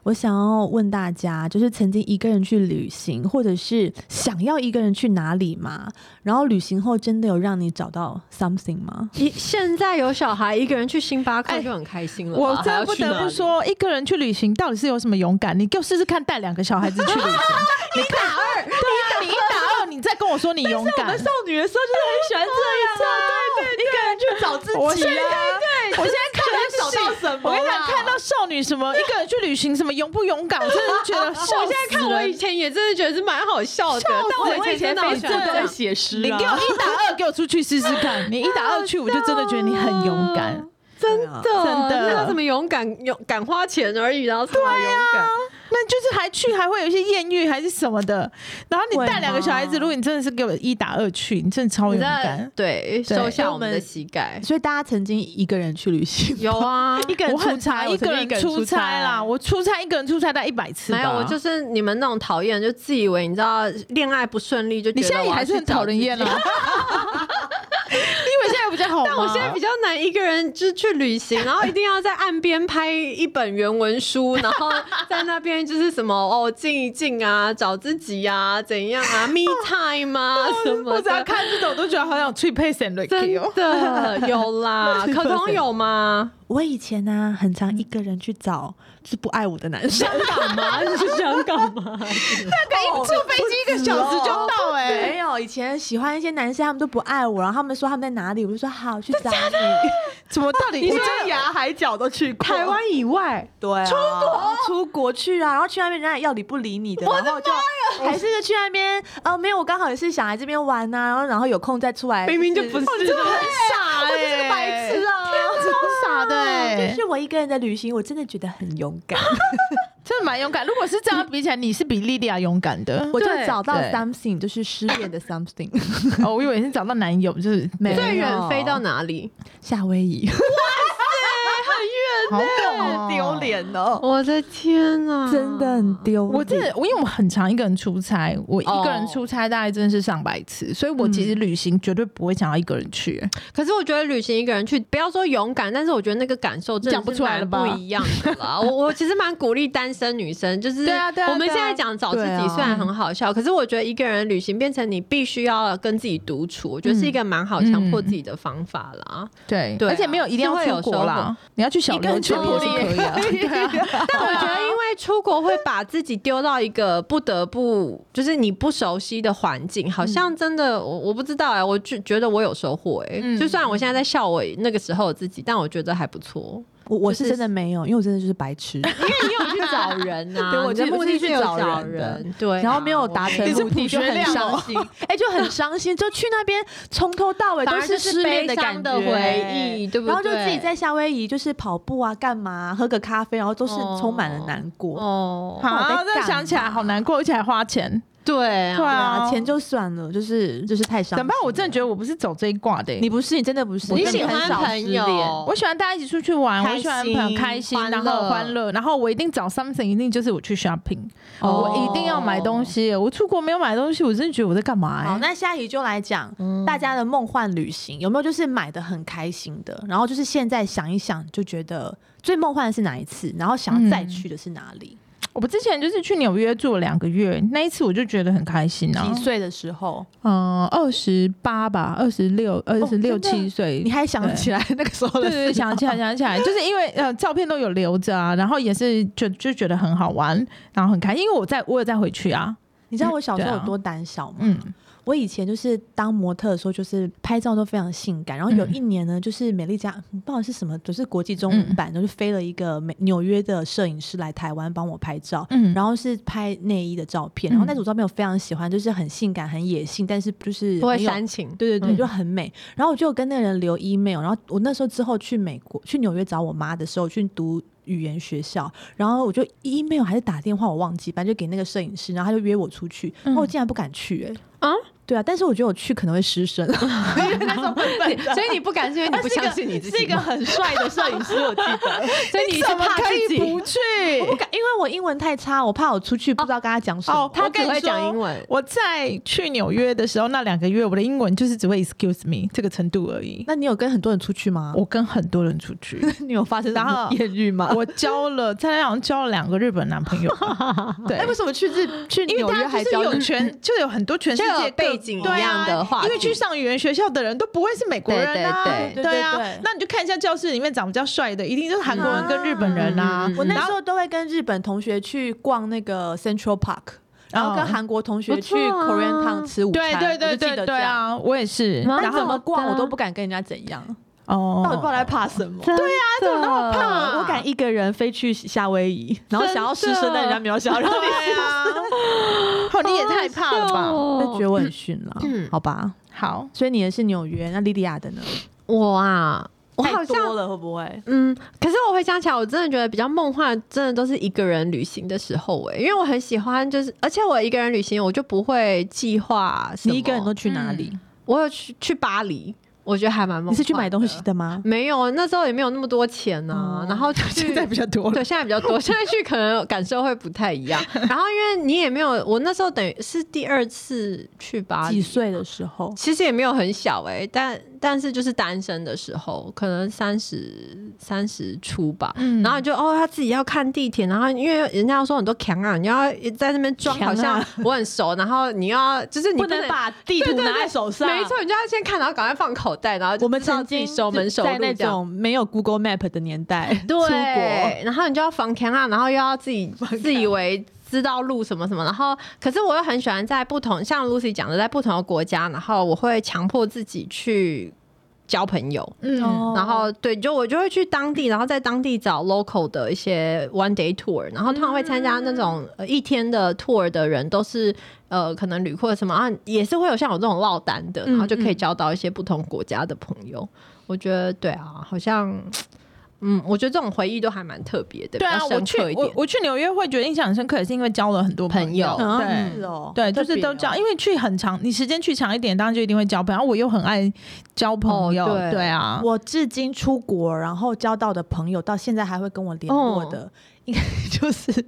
我想要问大家，就是曾经一个人去旅行，或者是想要一个人去哪里吗？然后旅行后真的有让你找到 something 吗？
一现在有小孩一个人去星巴克就很开心了吧、
我
还
真
要
的不
去
得
哪
不
里，
说，一个人去旅行到底是有什么勇敢？你给我试试看，带两个小孩子去旅行，你打二，对啊，你一打二，你再跟我说你勇敢。
女的时候就是很喜欢这样啊，对对，一个人去找自
我现在对，我现在看
找
到
到什么
我跟你
啦
讲，看到少女什么一个人去旅行，什么勇不勇敢，我真的是觉得笑死人。
我现在看我以前也真的觉得是蛮好笑的，但我以前真的好喜欢这样
写诗
你给
啊
我一打二，给我出去试试看。你一打二去，我就真的觉得你
哦
很勇敢。
真的
真的
那有什么勇敢勇敢花钱而已，然后什么勇敢？
那就是还去还会有一些艳遇还是什么的，然后你
会吗
带两个小孩子，如果你真的是给我一打二去，你真的超勇
你知道
敢。
对，
对
收下我们的膝盖。
所以大家曾经一个人去旅行吗，
有啊，
一个人
我
出
很
差，
常
我
一
曾
个
经
人出差啦，我出差一个人出差大概一百次吧。
欸没有，我就是你们那种讨厌，就自以为你知道恋爱不顺利，就觉得
你现在也还是很讨人厌
我
啊。
要去找自
你
己。
以为现在比较好吗？
但我现在比较难一个人就是去旅行，然后一定要在岸边拍一本原文书，然后在那边就是什么哦静一静啊，找自己啊，怎 样啊，me time 啊
哦
什么
我只要
的。
看这种都觉得好想去配神瑞
真
Q 哦。
的有啦，可彤 有吗？
我以前呢、很常一个人去找是不爱我的男生，
干嘛？ 你去香港 吗？
一坐飞机一个小时就到哎、
没有，以前喜欢一些男生，他们都不爱我，然后他们说他们在哪里，我就说啊，好去找你，
怎么到底
你
我
连牙海角都去过，
台湾以外，
对、啊，出国出国去啊，然后去那边人家也要理不理你的，然后就还是去那边呃没有，我刚好也是想来这边玩呐、啊，然后然后有空再出来，
明明就 不是欸
哦你真的很傻哎、我就是个白痴啊，
超傻的
这
哎，
是我一个人的旅行，我真的觉得很勇敢，
真的蛮勇敢。如果是这样比起来，你是比莉莉亚勇敢的。
我就
对
找到
对
something，就是失恋的 something，
哦，我以为你是找到男友，就是
没有
最远飞到哪里？
夏威 夷，
好敢哦
丢。脸哦，嗯
我的天啊哪，
真的很丢脸，
我真的，我因为我很常一个人出差，我一个人
哦
出差大概真的是上百次，所以我其实旅行绝对不会想要一个人去。哎
可是我觉得旅行一个人去，不要说勇敢，但是我觉得那个感受真的
讲不出来了
是
吧
蛮不一样的 啦。我我其实蛮鼓励单身女生，就是
对啊对啊
我们
对啊
现在讲找自
对
己
啊
虽然很好笑，可是我觉得一个人旅行变成你必须要跟自己独
嗯
处，我觉得是一个蛮好强迫自己的方法啦。
对
对啊
而且没有一定要
是会有
出国
收
啦
获，
你要去小
一个
琉
人
球也是可以啊。
出国也
对啊，
但我觉得，因为出国会把自己丢到一个不得不就是你不熟悉的环境，好像真的我我不知道哎、我就觉得我有收获哎、
嗯
就算我现在在笑我那个时候的自己，但我觉得还不错。
我我是
就是
真的没有，因为我真的就是白痴，
因为 你有去找人
对
呐、对，
我
我的
去
目
我是
的
去
是有
找
找
人的
人，对啊，
然后没有达成
你是
目的
朴
就
学
很
亮哦
伤心， 哎、就很伤心，就去那边从头到尾
反
都
而就是
失恋
悲
感觉
伤的回忆对不
然后就自己
对
在夏威夷就是跑步啊，干嘛、喝个咖啡，然后都是
哦
充满了难过。
哦，
好，这想起来好难过，而且还花钱。
对
对
啊，
啊，
钱就算了，就是就是太伤心了。
怎么办？我真的觉得我不是走这一挂的欸。
你不是，你真的不是，
你
真的
喜
很
欢
少
朋
失
友
恋，
我喜欢大家一起出去玩，
开
我喜欢很开心，
心
然
欢
后
乐
欢乐，然后我一定找 something，一定就是我去 shopping，、
哦
我一定要买东西。我出国没有买东西，我真的觉得我在干嘛、
好，
欸？
那下一就来讲、
嗯
嗯
大家的梦幻旅行，有没有就是买的很开心的？然后就是现在想一想，就觉得最梦幻的是哪一次？然后想要再
嗯
去的是哪里？
我之前就是去纽约住了两个月，那一次我就觉得很开心啊
几。岁的时候？
嗯，二十八吧，二十六、二十六
真的啊
七岁
你。还想得起来那个时候的
嗯对
事？
对对，想起来想起来，就是因为呃照片都有留着啊，然后也是就就觉得很好玩，然后很开心，因为我再我有再回去啊，
你知道我小时候
对啊
有多胆小吗？
嗯，
我以前就是当模特的时候，就是拍照都非常性感。然后有
嗯
一年呢，就是美丽家，嗯不知道是什么，就是国际中文版，然后就飞了一个美纽约的摄影师来台湾帮我拍照。
嗯
然后是拍内衣的照片，然后那
嗯
组照片我非常喜欢，就是很性感、很野性，但是就是
不会
很有
煽 情，
对对对，
嗯
就很美。然后我就有跟那个人留 email，然后我那时候之后去美国去纽约找我妈的时候，去读语言学校，然后我就 email 还是打电话，我忘记，反正就给那个摄影师，然后他就约我出去，然后我竟然不敢去、欸，
啊
对啊，但是我觉得我去可能会失身，
所以你不敢是因为你不相信你自己吗，
很帅的摄影师，我记得，
所以你是
怎么
怕
可
自
以
己，
不去？
不敢，因为我英文太差，我怕我出去不知道跟他讲什么。
哦
他
我跟
只
你
会讲
说
英文，
我在去纽约的时候，那两个月我的英文就是只会 excuse me 这个程度而已。
那你有跟很多人出去吗？
我跟很多人出去，
你有发生什
然
么
后
艳遇吗？
我交了，在那好像交了两个日本男朋友吧。对
哎，，为什么去日去
因为
纽约
大
还
家就是
交
有
女
全，就有很多全世
就
界
有
各
背景一
对啊
样的话题
因为去上语言学校的人都不会是美国人啊，
对
对对对
对
对
啊
对。
那你就看一下教室里面长得比较帅的，一定就是韩国人跟日本人啊
嗯。
我那
然后
时候都会跟日本同学去逛那个 Central Park，然后跟韩国同学去
不错啊
Korean Town 吃午
对
餐，
对
我
对
就记
对
得
对
这样。
啊，我也是。
然后
但怎么逛
怎么的
我都不敢跟人家怎样，嗯
哦，
到底不知道在怕什么。
对呀，怎么那么
啊我敢一个人飞去夏威夷，然后想要失身，但人家没有想要让你
对啊，哦，你也太怕了吧？
那觉得我很逊了，
嗯
好吧？
好，
所以你的是纽约，那莉莉亚的呢？
我啊，我
太
好像
多了，会不会？
嗯，可是我回想起来，我真的觉得比较梦幻，真的都是一个人旅行的时候哎、因为我很喜欢，就是而且我一个人旅行，我就不会计划什么。
你一个人都去哪里？
我有去去巴黎，我觉得还蛮梦幻的。
你是去买东西的吗？
没有，啊那时候也没有那么多钱呢、
哦
然后就去
现在比较多了
对，。现在比较多，现在去可能感受会不太一样。然后因为你也没有，我那时候等于是第二次去巴黎
几，岁的时候？
其实也没有很小哎、但但是就是单身的时候，可能三十三十出吧。
嗯
然后你就哦，他自己要看地铁，然后因为人家说很多强啊，你要在那边装
强啊
好像我很熟，然后你要就是你
不能把地图
对对
拿
对
在手上，
没错，你就要先看，然后赶快放口袋，然后就
我们
知道
曾
自己
经
熟门熟
在
路
那
这样。
种没有 Google Map 的年代 出国，
对，然后你就要防强啊，然后又要自己自以为知道路什么什么，然后可是我又很喜欢在不同，像 Lucy 讲的，在不同的国家，然后我会强迫自己去。交朋友。
哦
嗯，
然后对，就我就会去当地，然后在当地找 local 的一些 one day tour，然后通常会参加那种呃一天的 tour 的人，都是呃可能旅客什么啊，也是会有像我这种落单的，
嗯
然后就可以交到一些不同国家的朋友。我觉得对啊，好像嗯，我觉得这种回忆都还蛮特别的，
对啊，
比较
我
深
去
刻一
我
点。
我去纽约会觉得印象很深刻，也是因为交了很多友，
朋
友
对。
是哦，
对，就是都交，因为去很长，你时间去长一点，当然就一定会交朋友。然后我又很爱交朋友，
哦对
对啊，
我至今出国，然后交到的朋友，到现在还会跟我联络的，应该 就是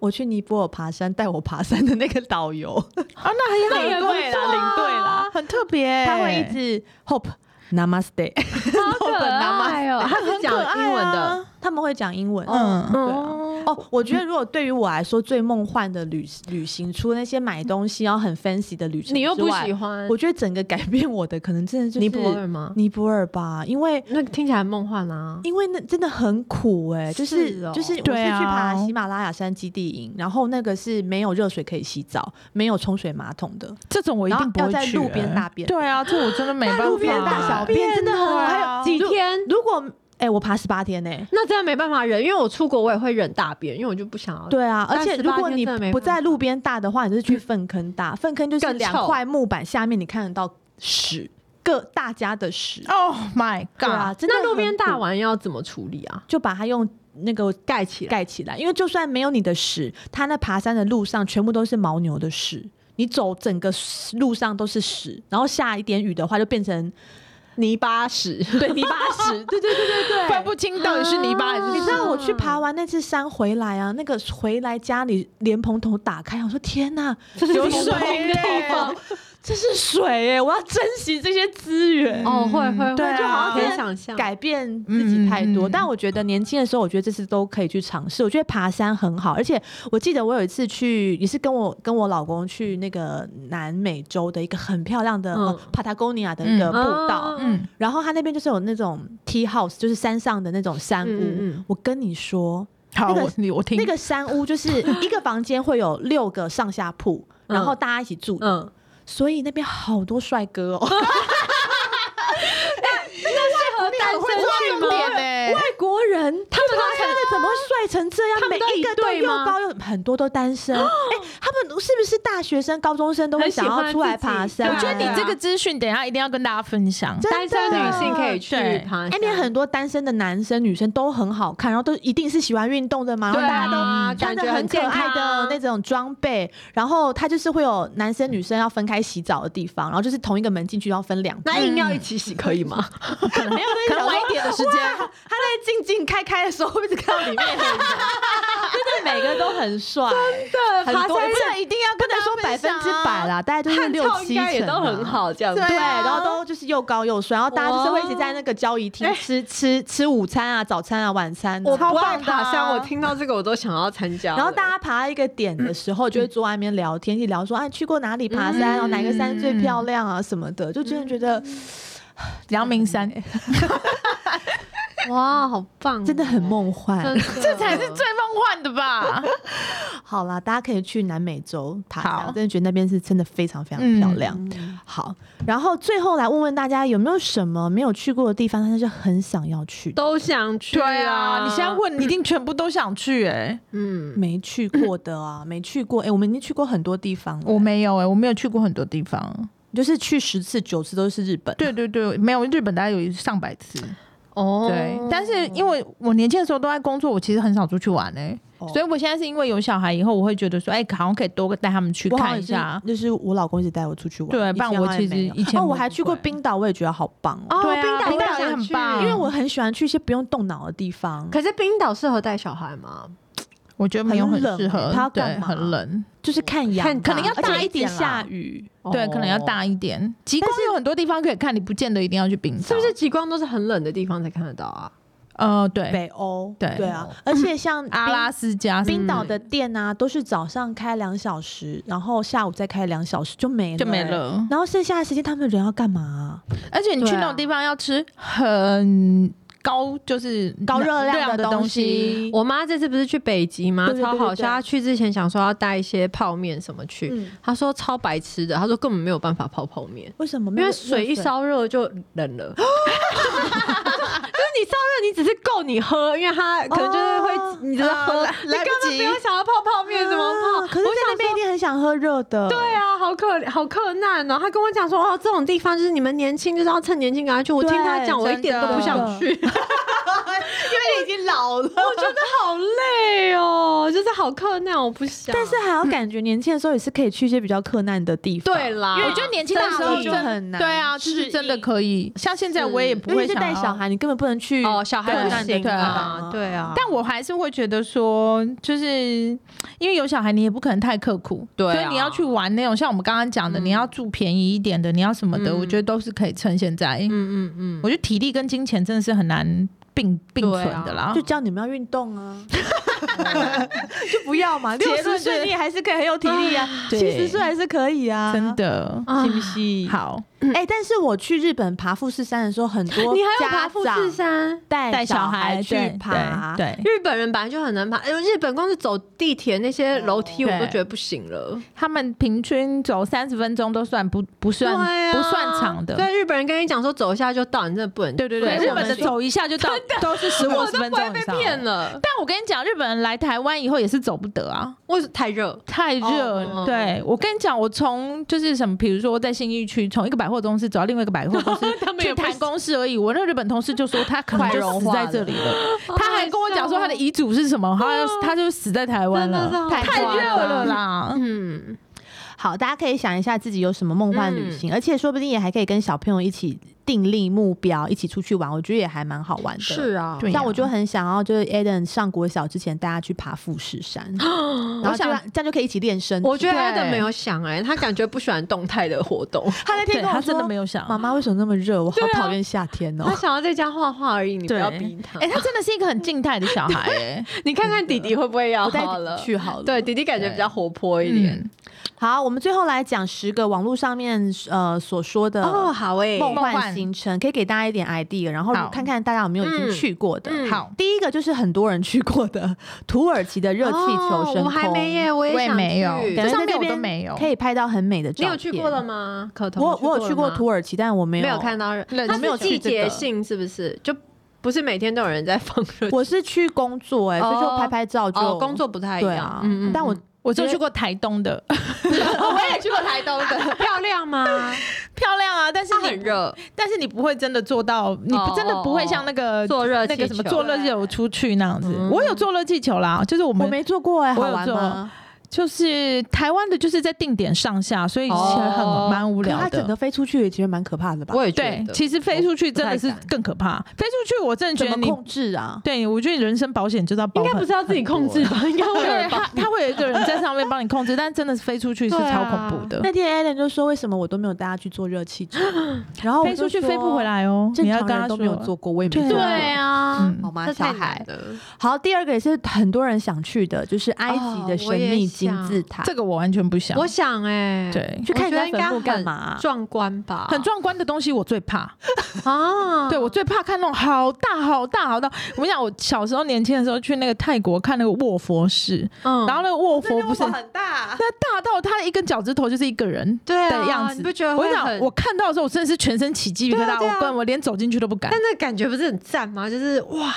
我去尼泊尔爬山带我爬山的那个导游，
啊，那还
领队啦，领队啦，
很特别，
他会一直 hope namaste，
好可爱哦， 他是
很
讲
可爱
英文的，
啊，
他们会讲英文。
嗯
对啊哦，我觉得如果对于我来说最梦幻的旅旅行，除了那些买东西然后很 fancy 的旅程，
你又不喜，欢
我觉得整个改变我的可能真的就是
尼泊尔吗？
尼泊尔吧，因为
那听起来很梦幻啊。
因为那真的很苦哎、就是
是哦
就是我是去
对啊
爬喜马拉雅山基地营，然后那个是没有热水可以洗澡，没有冲水马桶的，
这种我一定不
然后
会
要在
去。
路边大便
对啊，这我真的没办法。
路边大小便真的很
啊
还
还有
几天
如果哎、我爬十八天呢、
那真的没办法忍，因为我出国我也会忍大便，因为我就不想要。
对啊，而
哦但
且如
18
果
天
你
真的没
不
办法嗯
在路边大的话，你就是去粪坑大，粪坑就是
更
两
臭
块木板下面你看得到屎，各大家的屎。
Oh my
对啊，
god！
真的
那路边
很
大
苦
完要怎么处理啊？
就把它用那个
盖起来。
盖起来，因为就算没有你的屎，它那爬山的路上全部都是牦牛的屎，你走整个路上都是屎，然后下一点雨的话就变成
泥巴屎，
对泥巴屎， 对对对对对。
分不清到底是泥巴还是嗯
你知道我去
啊
爬完那次山回来啊，那个回来家里莲蓬头打开，我说天呐，
这是
流
什
水
么
耶
地方
这是水哎、我要珍惜这些资源。
哦，会
嗯
会
对
会，就
啊
好像可以想象。
改变自己太
嗯
多，
嗯嗯
但我觉得年轻的时候，我觉得这次都可以去尝试。我觉得爬山很好，而且我记得我有一次去，也是跟我跟我老公去那个南美洲的一个很漂亮的、
嗯
呃 Patagonia 的一个
嗯
步道，
啊
嗯，
然后它那边就是有那种 tea house，就是山上的那种山屋。
嗯嗯嗯
我跟你说，
好，
那个
我你我听
那个山屋就是一个房间会有六个上下铺，然后
嗯
大家一起住的，
嗯，
所以那边好多帅哥哦。
和单身去
重点
吗？
呢，
外国人，他们穿的怎么会帅成这样
他？
每
们都
一
一
个都
对
又
吗
高又很多都单身。哎、他们是不是大学生、高中生都会
很喜
想
欢
要出来
自己
爬山？
我觉得
对啊
你这个资讯等一下一定要跟大家分享。
真
单身女性可以去
对
爬山，
哎，那很多单身的男生、女生都很好看，然后都一定是喜欢运动的嘛，然后
对
大
啊
家都穿
啊，感
着
觉
很可
健康
爱的那种装备，然后他就是会有男生女生要分开洗澡的地方，然后就是同一个门进去，然后分两
那硬要一起洗可以吗？
可能可能晚一点的时间，
他在进进开开的时候，一直看到里面很多，真的每个都很帅，
对，
很
爬
多，
山
这一定要跟他说百分之百啦，大概就是
啊汉
六
超
七
应该
成，
也都很。好，这样子
对，
啊
然后都就是又高又帅，然后大家就是会一起在那个交易厅
哇
吃吃吃午餐啊、早餐啊、晚餐
哎我
啊。
不爱
超棒的啊
爬山，我听到这个我都想要参加了。
然后大家爬到一个点的时候，就会坐外面聊天，一聊说哎去过哪里爬山，
嗯
然后哪个山最漂亮啊什么的，就真的觉得
阳明山，
哇，好棒哦，
真的很梦幻
真。的，
这才是最梦幻的吧？
好啦，大家可以去南美洲爬山，
好
我真的觉得那边是真的非常非常
嗯
漂亮。好，然后最后来问问大家有没有什么没有去过的地方，但是很想要去的，
都想去
对啊，你现在问，你一定全部都想去哎。
嗯，
没去过的 啊，没去过。哎、我们已经去过很多地方了，
我没有哎，我没有去过很多地方。
就是去十次九次都是日本。
对对对，没有日本大概有上百次。
哦
对，但是因为我年轻的时候都在工作，我其实很少出去玩诶、
哦
所以我现在是因为有小孩以后，我会觉得说，哎、好像可以多带他们去
我好
看
像
一下。
是就是我老公一直带我出去玩，
对
以前
不然我
好像也
其实
没有
以前
哦，
我
我还
不
去过
会
冰岛，我也觉得好棒哦，
哦，
对啊冰
冰岛
岛
我
也
想
很
去
棒
因为我很喜欢去一些不用动脑的地方，
可是冰岛适合带小孩吗？
我觉得没有很适
很冷
合
欸，他要
对
干，嘛
很冷，
就是看羊
看
吧，
可能要
而
大
且
一
一直
点啦
下雨。
对，可能要大一点。极光有很多地方可以看，你不见得一定要去冰岛，
是不是？极光都是很冷的地方才看得到啊？
呃，对，
北欧，
对
对啊，而且像
阿
冰
拉斯加是
冰岛的店啊，都是早上开两小时，然后下午再开两小时就没了、
就没。了，
然后剩下的时间，他们人要干嘛啊、
而且你去
对啊
那种地方要吃很高就是
高热量
量
的
东
东西。
我妈这次不是去北极吗？
对对对
超
对
好
对
笑！她去之前想说要带一些泡面什么
啊
去，
嗯
她说超白痴的，她说根本没有办法泡泡面，
为什么？
因为水一，
啊
烧热就冷了。就是你烧热，你只是够你喝，因为它可能就是会，
哦
你只是喝，
来
你
来
根
不
本
及
没有想要泡泡面，怎么泡？
啊可是在
我想
那边一定很想喝热的。对
对啊，好可好可难哦！他跟我讲说，哦，这种地方就是你们年轻，就是要趁年轻赶快去。我
对
听他讲，我一
真
点都
的
不想去，
因 为已经老了。
我觉得好累哦，就是好克难，我不想。
但是还要感觉年轻的时候也是可以去一些比较困难的地方。
对啦，
因为我觉得年轻的时
大
候
意
真
就很难
对啊，就是真的可以。像现在我也不
尤
会
其是
想
带
要
小，孩，你根本不能去
哦，小孩不
对
行
对
啊
嗯啊，
对啊，
但我还是会觉得说，就是因为有小孩，你也不可能太刻苦，
对啊
所以你要去玩那种像我们刚刚讲的，
嗯
你要住便宜一点的，你要什么的，
嗯
我觉得都是可以趁现在。
嗯嗯
我觉得体力跟金钱真的是很难并并存的啦。
就教你们要运动啊， 就不要嘛。
结
六十
论是
岁你也还是可以很有体力啊，
对
七十岁还是可以啊，
真。的
嗯，啊
信不信？
好，
哎、但是我去日本爬富士山的时候，很多
你还有爬
家
富士
长
山。
带
带小
孩
孩
去
对
爬，
对，对
日本人本来就很难爬，哎呦，日本光是走地铁那些楼梯，我
对
都觉得不行了。
他们平均走三十分钟都算不不算、
对啊
不算长的。
对，日本人跟你讲说走一下就到，你真的不能。
对对
不
对，
能
日
这么
本的
说
走一下就到，都是十五
我
十
都
分
不
钟
会
以
被
上
骗。了，
但我跟你讲，日本人来台湾以后也是走不得啊，
为什太热？
太热。
哦哦哦
对我跟你讲，我从就是什么，比如说在信义区，从一个百货公司走到另外一个百货公司
他们也
去
不
谈公事而已。我那个日本同事就说他 可能
快
就
融
死
化
在这里了，他还跟我讲说他的遗嘱是什么，他
嗯
他就死在台湾
真的
了，
是好
太
夸
热
张
了啦。
嗯，
好，大家可以想一下自己有什么梦幻旅行，而且说不定也还可以跟小朋友一起订立目标，一起出去玩，我觉得也还蛮好玩的。
是啊，
对呀
像我就很想要，就是 Eden 上国小之前，大家去爬富士山， 然后
我
这
想
样这样就可以一起练身体。
我觉得
对
Adam 没有想哎、他感觉不喜欢动态的活动，
他那天
对
跟我
他
说，
真的没有想，
妈妈为什么那么热？我好
对啊
讨厌夏天哦、
他想要在家画画而已，你不
对
要逼他。
哎、他真的是一个很静态的 小孩、哎，
你看看弟弟会不会要
我 带
好了？
去好了。
对，，弟弟感觉比较活泼一点。
嗯，
好，我们最后来讲十个网络上面呃所说的
哦，好哎、
梦
梦
幻
幻
行程，可以给大家一点 idea，然后
好
看看大家有没有已经去过的。
嗯嗯
好
第一个就是很多人去过的土耳其的热气球升空，
哦我还没耶，我也
我也
想
没有
去
对
感觉
这
在
上面
这
我都
边
没有
可以拍到很美的照
你
片。
有去过了？吗？可彤，
我我有去过
吗
土耳其，但我没有
没有看。到人，
冷
它
气
是
球
季
这
节
个
性是不是？就不是每天都有人在放热气
我是去工作哎、所以就
哦
拍拍照就、
哦，工作不太一
对
样。
啊，
嗯嗯，
但我
我就去过台东的，
我也去过台东的，漂亮吗？
漂亮啊，但是
它
你
很热，
但是你不会真的做到，你
哦
不真的不会像那个、
坐
呃
热
呃那
气
个什么
球
坐热气球出去那样子。
嗯
我有坐热气球啦，就是我
我
们
没做过哎、
我
好
有
玩
做
吗？
就是台湾的，就是在定点上下，所以其实很
哦
蛮无
可
聊
它整
的。
个飞出去其实蛮可怕的吧？
我也觉
对
得，。
其实飞出去真的是
我不太敢
更可怕。飞出去，我真的
怎
觉得
么
你，
控制啊？
对我觉得你人身保险就是要保
应
很，
该不是要自己控制 吧？应该会有
对
人帮
他他会有一个人在上面帮你控制，但真的是飞出去是
对啊
超恐怖的，
那天 Allen 就说为什么我都没有带他去做热气球，然后我
飞
就
出去
说
飞不回，来哦。
正
你要
常
跟他
人都没有
说
做过，我也没
对
做
啊
过。
对啊，
嗯
好吗？
这
小
太
孩
难了。
好，第二个也是很多人想去的，就是埃及的
哦我
神
也
秘金
想
字塔。
这个我完全不想
我。想哎，
对
去看
我
人家
觉得应
坟
该
墓
很
干嘛啊？
壮观吧？
很壮观的东西我最怕，
啊！
对我最怕看那种好大好大好大。我跟你讲，我小时候年轻的时候去那个泰国看那个卧佛寺，
嗯
然后那个卧佛不是
很大，
那大到他的一根脚趾头就是一个人
对啊
的样子，
你不觉得
我
会
跟你讲，
很
我看到的时候我真的是全身起鸡皮疙
对
瘩，
啊对啊
我跟我连走进去都不敢
但。那感觉不是很赞吗？就是哇，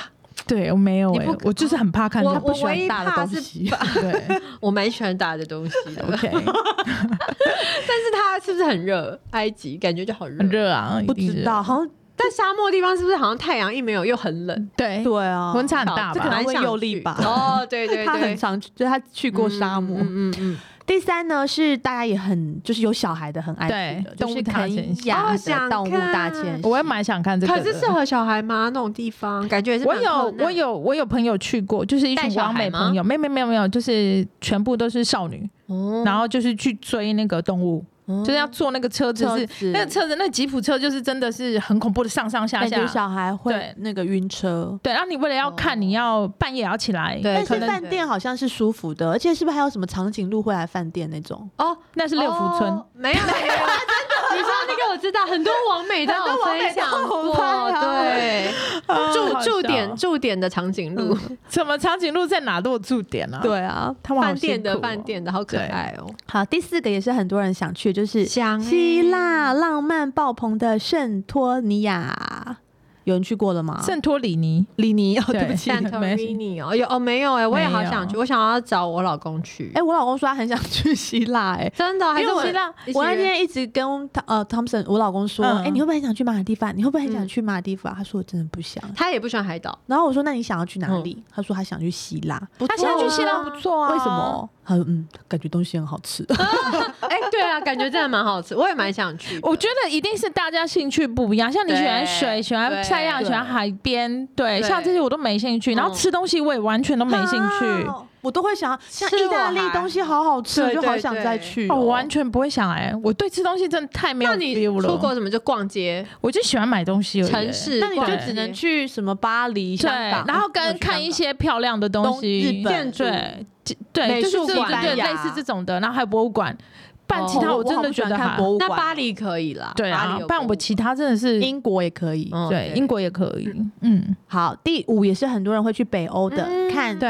对我没有
你
哎
不，
我就是很怕看，
我
他不
我
喜
唯
欢
一
大的
怕
东
是
西。 对
我蛮喜欢打的东西 的，
，OK，
但是它是不是很热？埃及感觉就好热
很，热啊，
不
一定
知
热
道，好像
但沙漠地方是不是好像太阳一没有又很冷？
对
对啊，
温差很大
好这
可
个
能
吧？
蛮
会
想
右力
去
吧
哦，对对对，
他很常去，就是他去过沙漠。
嗯嗯嗯
第三呢是大家也很就是有小孩的很爱去的，就
对
是
动物大
肯
迁徙
亚
哦
的
想
动物大
看
迁徙，
我也蛮想看这
嗯。
个
可
的。
是适合小孩吗？那种地方感觉也是
我
蛮
有
困难
我有我有朋友去过，就是一
带
群
小
完
孩
美
吗
朋友，没有没有没有没有，就是全部都是少女，
哦
然后就是去追那个动物，就是要坐那个车子
车
是
子
那个车子那个吉普车就是真的是很恐怖的上上下
感觉
下，
小孩会
对
那个晕车。
对，然后你为了要看，
哦
你要半夜也要起来，
对
但
可
是
能
饭店好像是舒服的，而且是不是还有什么长颈鹿会来饭店那种？
哦，
那是六福村
哦，没有没有，真的。你说那个我知道，很多网美都有分享
很多网美都有
过，
拍啊
对，驻
好
驻点
笑
驻点的长颈鹿，
什么长颈鹿在哪都有驻点啊？，
对啊，
他嗯们好
饭店的
辛苦哦
饭，店的好可爱哦，
好，第四个也是很多人想去，就是
香
希腊浪漫爆棚的圣托尼亚，有人去过了吗？
啊
圣托里尼，
里尼哦，对不
对
起。
但
哎、
没事
Santorini 哦，有哦没有哎，我也好想去，
没
我想要找我老公去，
哎我老公说他很想去希腊、哎。
真的还
因
是
为
我
我
让
我那天一直跟他呃 Thompson 我老公说，哎、
嗯
你会不会很想去马尔蒂夫？你会不会很想
嗯
去马尔蒂夫？啊他说我真的不想。
他也不喜欢 海岛，
然后我说那你想要去哪里？他说他想去希腊。
他现在去希腊不错啊？
为什？么？他说嗯，感觉东西很好吃。
哎，对啊，感觉真的蛮好吃，我也蛮想去的。
我觉得一定是大家兴趣不一样，像你喜欢水，
对
喜欢太阳，
对
喜欢海边，对，
对
像这些我都没兴趣。然后
嗯
吃东西我也完全都没兴趣，
啊 我都会想要，像
是
意
我
大利
还
东西好好吃，我
对
就好
对
想
对
再去、
哦，
哦。
我完全不会想哎，我对吃东西真的太没有
那你
feel
出国
了。
怎么就逛街
我就喜欢买东西而已，欸
城市
那
逛
你
街？
就只能去什么巴黎、
对，
香港，
然后跟看一些漂亮的东
东
西，
日本
对这
美
对，就是
术
这
馆
对
西班牙
类似这种的，然后还有博物馆。办
哦
其他
哦
我真的觉得
好不喜欢看
还
博物
那
馆，啊
巴黎可以啦，
对
巴
啊
黎有，
办
博
我
物
其他真的是
英国也可以。
馆哦
对英国也可以，嗯，
嗯好，第五也是很多人会去北欧的，
嗯
看
对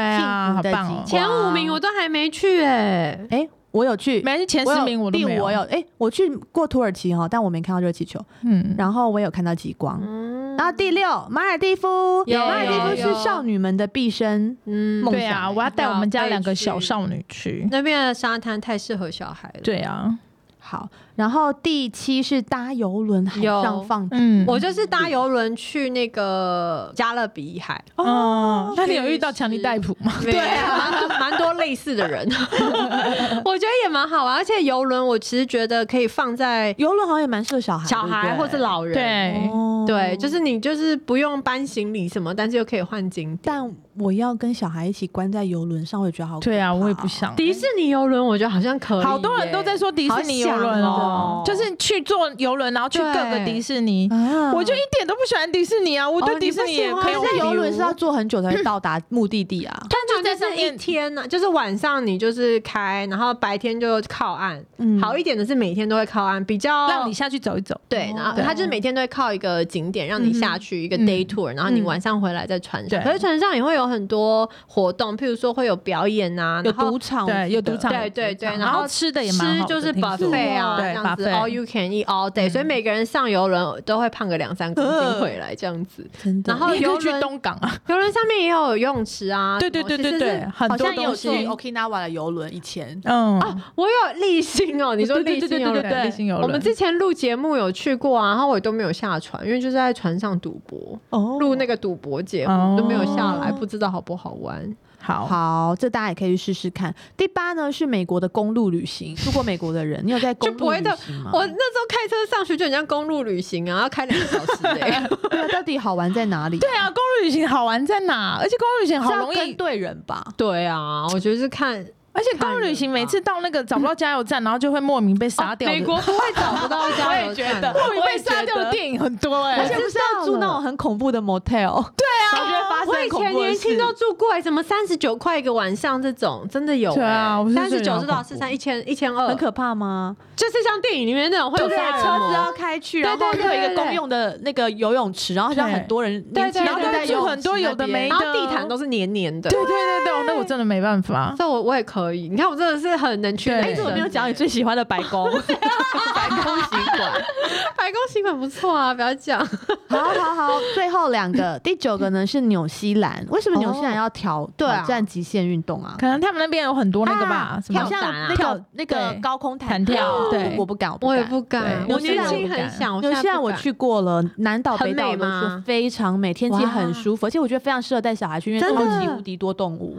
幸
啊
福的
好棒哦
极
前
光
五名我都还没去哎，
哎、我有去，
没事，前
我
十
有
名我都
第
没
五
有，
我有，哎、我去过土耳其哦，但我没看到热气球，
嗯，
然后我有看到极光。
嗯
然后第六，马尔蒂夫，
有
马尔蒂夫
有
是少女们的毕生
嗯
梦
对啊，
想
我要带我们家
要
两个
被
小
去
少女去，
那边的沙滩太适合小孩了。
对啊，
好，然后第七是搭游轮海
有
上放逐。
嗯，
我就是搭游轮去那个加勒比海，
哦，那你有
去
遇到强力
吃
逮捕吗？
对啊，蛮多蛮多类似的 人，我觉得也蛮好玩。啊而且游轮，我其实觉得可以放在
游轮好像也蛮适合小孩，
小孩或是老人，
对，
哦
对，就是你就是不用搬行李什么，但是又可以换景点。
但我要跟小孩一起关在游轮上，我也觉得好可
对啊，我也
怕
不
哦
想。
迪士尼游轮，我觉得好像可以，
好多人都在。说迪士尼游轮哦
好想哦，
就是去坐游轮，然后去各个
对
迪士尼。
啊
我就一点都不喜欢迪士尼啊，我
哦
对
你
迪
不
士尼也
喜欢
可以
可是
有哦
游轮是要坐很久才会到达目的地啊。
通常
在
就
上
是一
面
天呢、就是晚上你就是开，然后白天就靠岸。
嗯
好一点的是每天都会靠岸，比较
让你下去走一走。
对，然后
对
他就是每天都会靠一个景点让你下去一个
哦嗯
day tour，、然后你晚上回来在船上。
对
可是船上也会有很多活动，譬如说会有表演啊，
有
然后
赌场，
对，有赌场，
对对对然
然
后
后吃的也蛮
吃
好的
就是
听说
buffet 啊，这
对
样子
buffet。
all
嗯
you can eat all day，、所以每个人上游轮都会胖个两三公斤回来这样子。
真的。
然后
你也可以
游
去
轮
东港啊，
游轮上面也有游泳池啊，
对对
什
对
么其
对
实
对，
是
很
好
多
像也有
东
去
西。
Okinawa 的游轮，以前
嗯，
我有立新哦，你说
对
立
对
新
对
游
对
轮
对对，立新游轮
我们之前录节目有去过啊，然后我都没有下船，因为就是在船上赌博，
哦
录那个赌博节目、
哦
都没有下来，不知道好不好玩。
好，
好，这大家也可以去试试看。第八呢是美国的公路旅行，如果美国的人，你有在公
就不
路
会
旅
的
行吗？
我那时候开车上学就很像公路旅行啊，要开两个小时哎、
对啊，到底好玩在哪里？
对啊，公路旅行好玩在哪？而且公路旅行
是
好
要
容
跟
易，
对人吧？
对啊，我觉得是看
而且公路旅行每次到那个找不到加油站，然后就会莫名被杀掉的。
美国不会找不到 加油站的，
莫名被杀掉的电影很多哎、
而且不是要住那种很恐怖的 motel，对啊，然后就会发生
我以
很恐
前
怖的
年
事
轻。都住过、欸，什么三十九块一个晚上这种，真的有、欸。
对啊我是觉
三
得
十九是多
好
少？
恐怖
四三一千一千二，
很可怕吗？
就是像电影里面那种会有
对，
杀人
车子
魔
要开去，然后
对对
又有一个
对对
公用的那个游泳池，然后好像
对
很多人，
对
年轻
对
人
对
就在游
对
就
泳
很多
池那
有的
边
没
然后地毯都是黏黏的。
对对对对，那我真的没办法。
这我我也可以，你看我真的是很能去。
对
哎，
哎，
怎
怎么
么
没
没
有
有
讲你最喜欢的白宫？白宫行馆。
白宫行馆不错啊？不要讲，
好好好，最后两 个，第九个呢是纽西兰。为什么纽西兰要挑
对啊
挑战极限运动啊？
可能他们那边有很多那个吧，
啊
什么
好像
跳伞啊
那个
跳
那个
对
高空弹
弹跳对
我不敢，
我也
敢
不敢。
对
我年
纽西
轻
兰
很想，我
纽
现
西
在
兰
不
我
敢
去过了，南岛、
很
北岛
美
都是
吗
非常美，天气
哇
很舒服，而且我觉得非常适合带小孩去，因为
真的
超级无敌多动 物，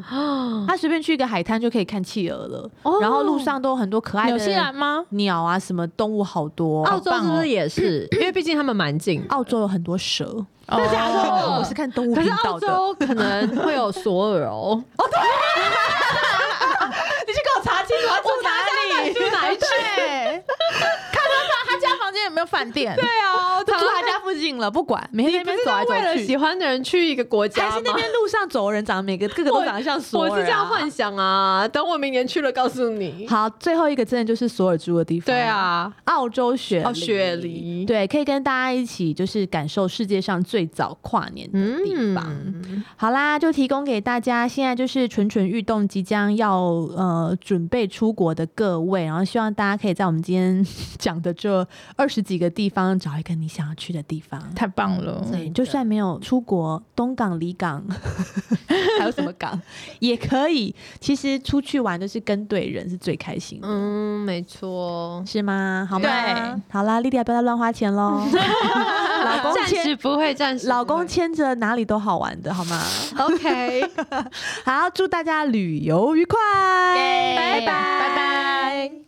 他随便去一个海滩就可以看企鹅了，
哦
然后路上都有很多可爱
纽西兰
的
吗？
鸟啊，什么动物好多。
澳洲
好
是
棒哦
不是也 是？因为毕竟他们蛮近。
澳洲有很多蛇，
哦，
的
我是看动物
哦可
频
是
道
澳
的。
洲可能 会有索尔哦，
你去给我查清楚，我
哪 里
去哪一区？
他家房间有没那饭店，
对啊，
就
他
住他家附近了，不管，每天在
你
那
不
边
是
走来
要为了
走去
喜，欢的人去一个国家
还
吗？
是那边路上走的人长得每个个个都长得像索
我
尔、啊
是这样幻想啊，等我明年去了告诉你。
好，最后一个真的就是索尔住的地方。
对，啊，
澳洲雪
哦雪梨
对，可以跟大家一起就是感受世界上最早跨年的地方。
嗯，
好啦，就提供给大家。现在就是蠢蠢欲动，即将要呃准备出国的各位，然后希望大家可以在我们今天 讲的这二十几个地方找一个你想要去的地方。
太棒了。
对，就算没有出国，东港、离港， 还有什么港 也可以。其实出去玩就是跟对人是最开心的。
嗯，没错。
是吗？好吗？
对
好啦，莉迪亚不要再乱花钱 喽。老公
暂时
牵，
不会，暂时不会
老公牵着哪里都好玩的，好吗？
，OK，
好，祝大家旅游愉快，
耶
拜拜，
拜拜。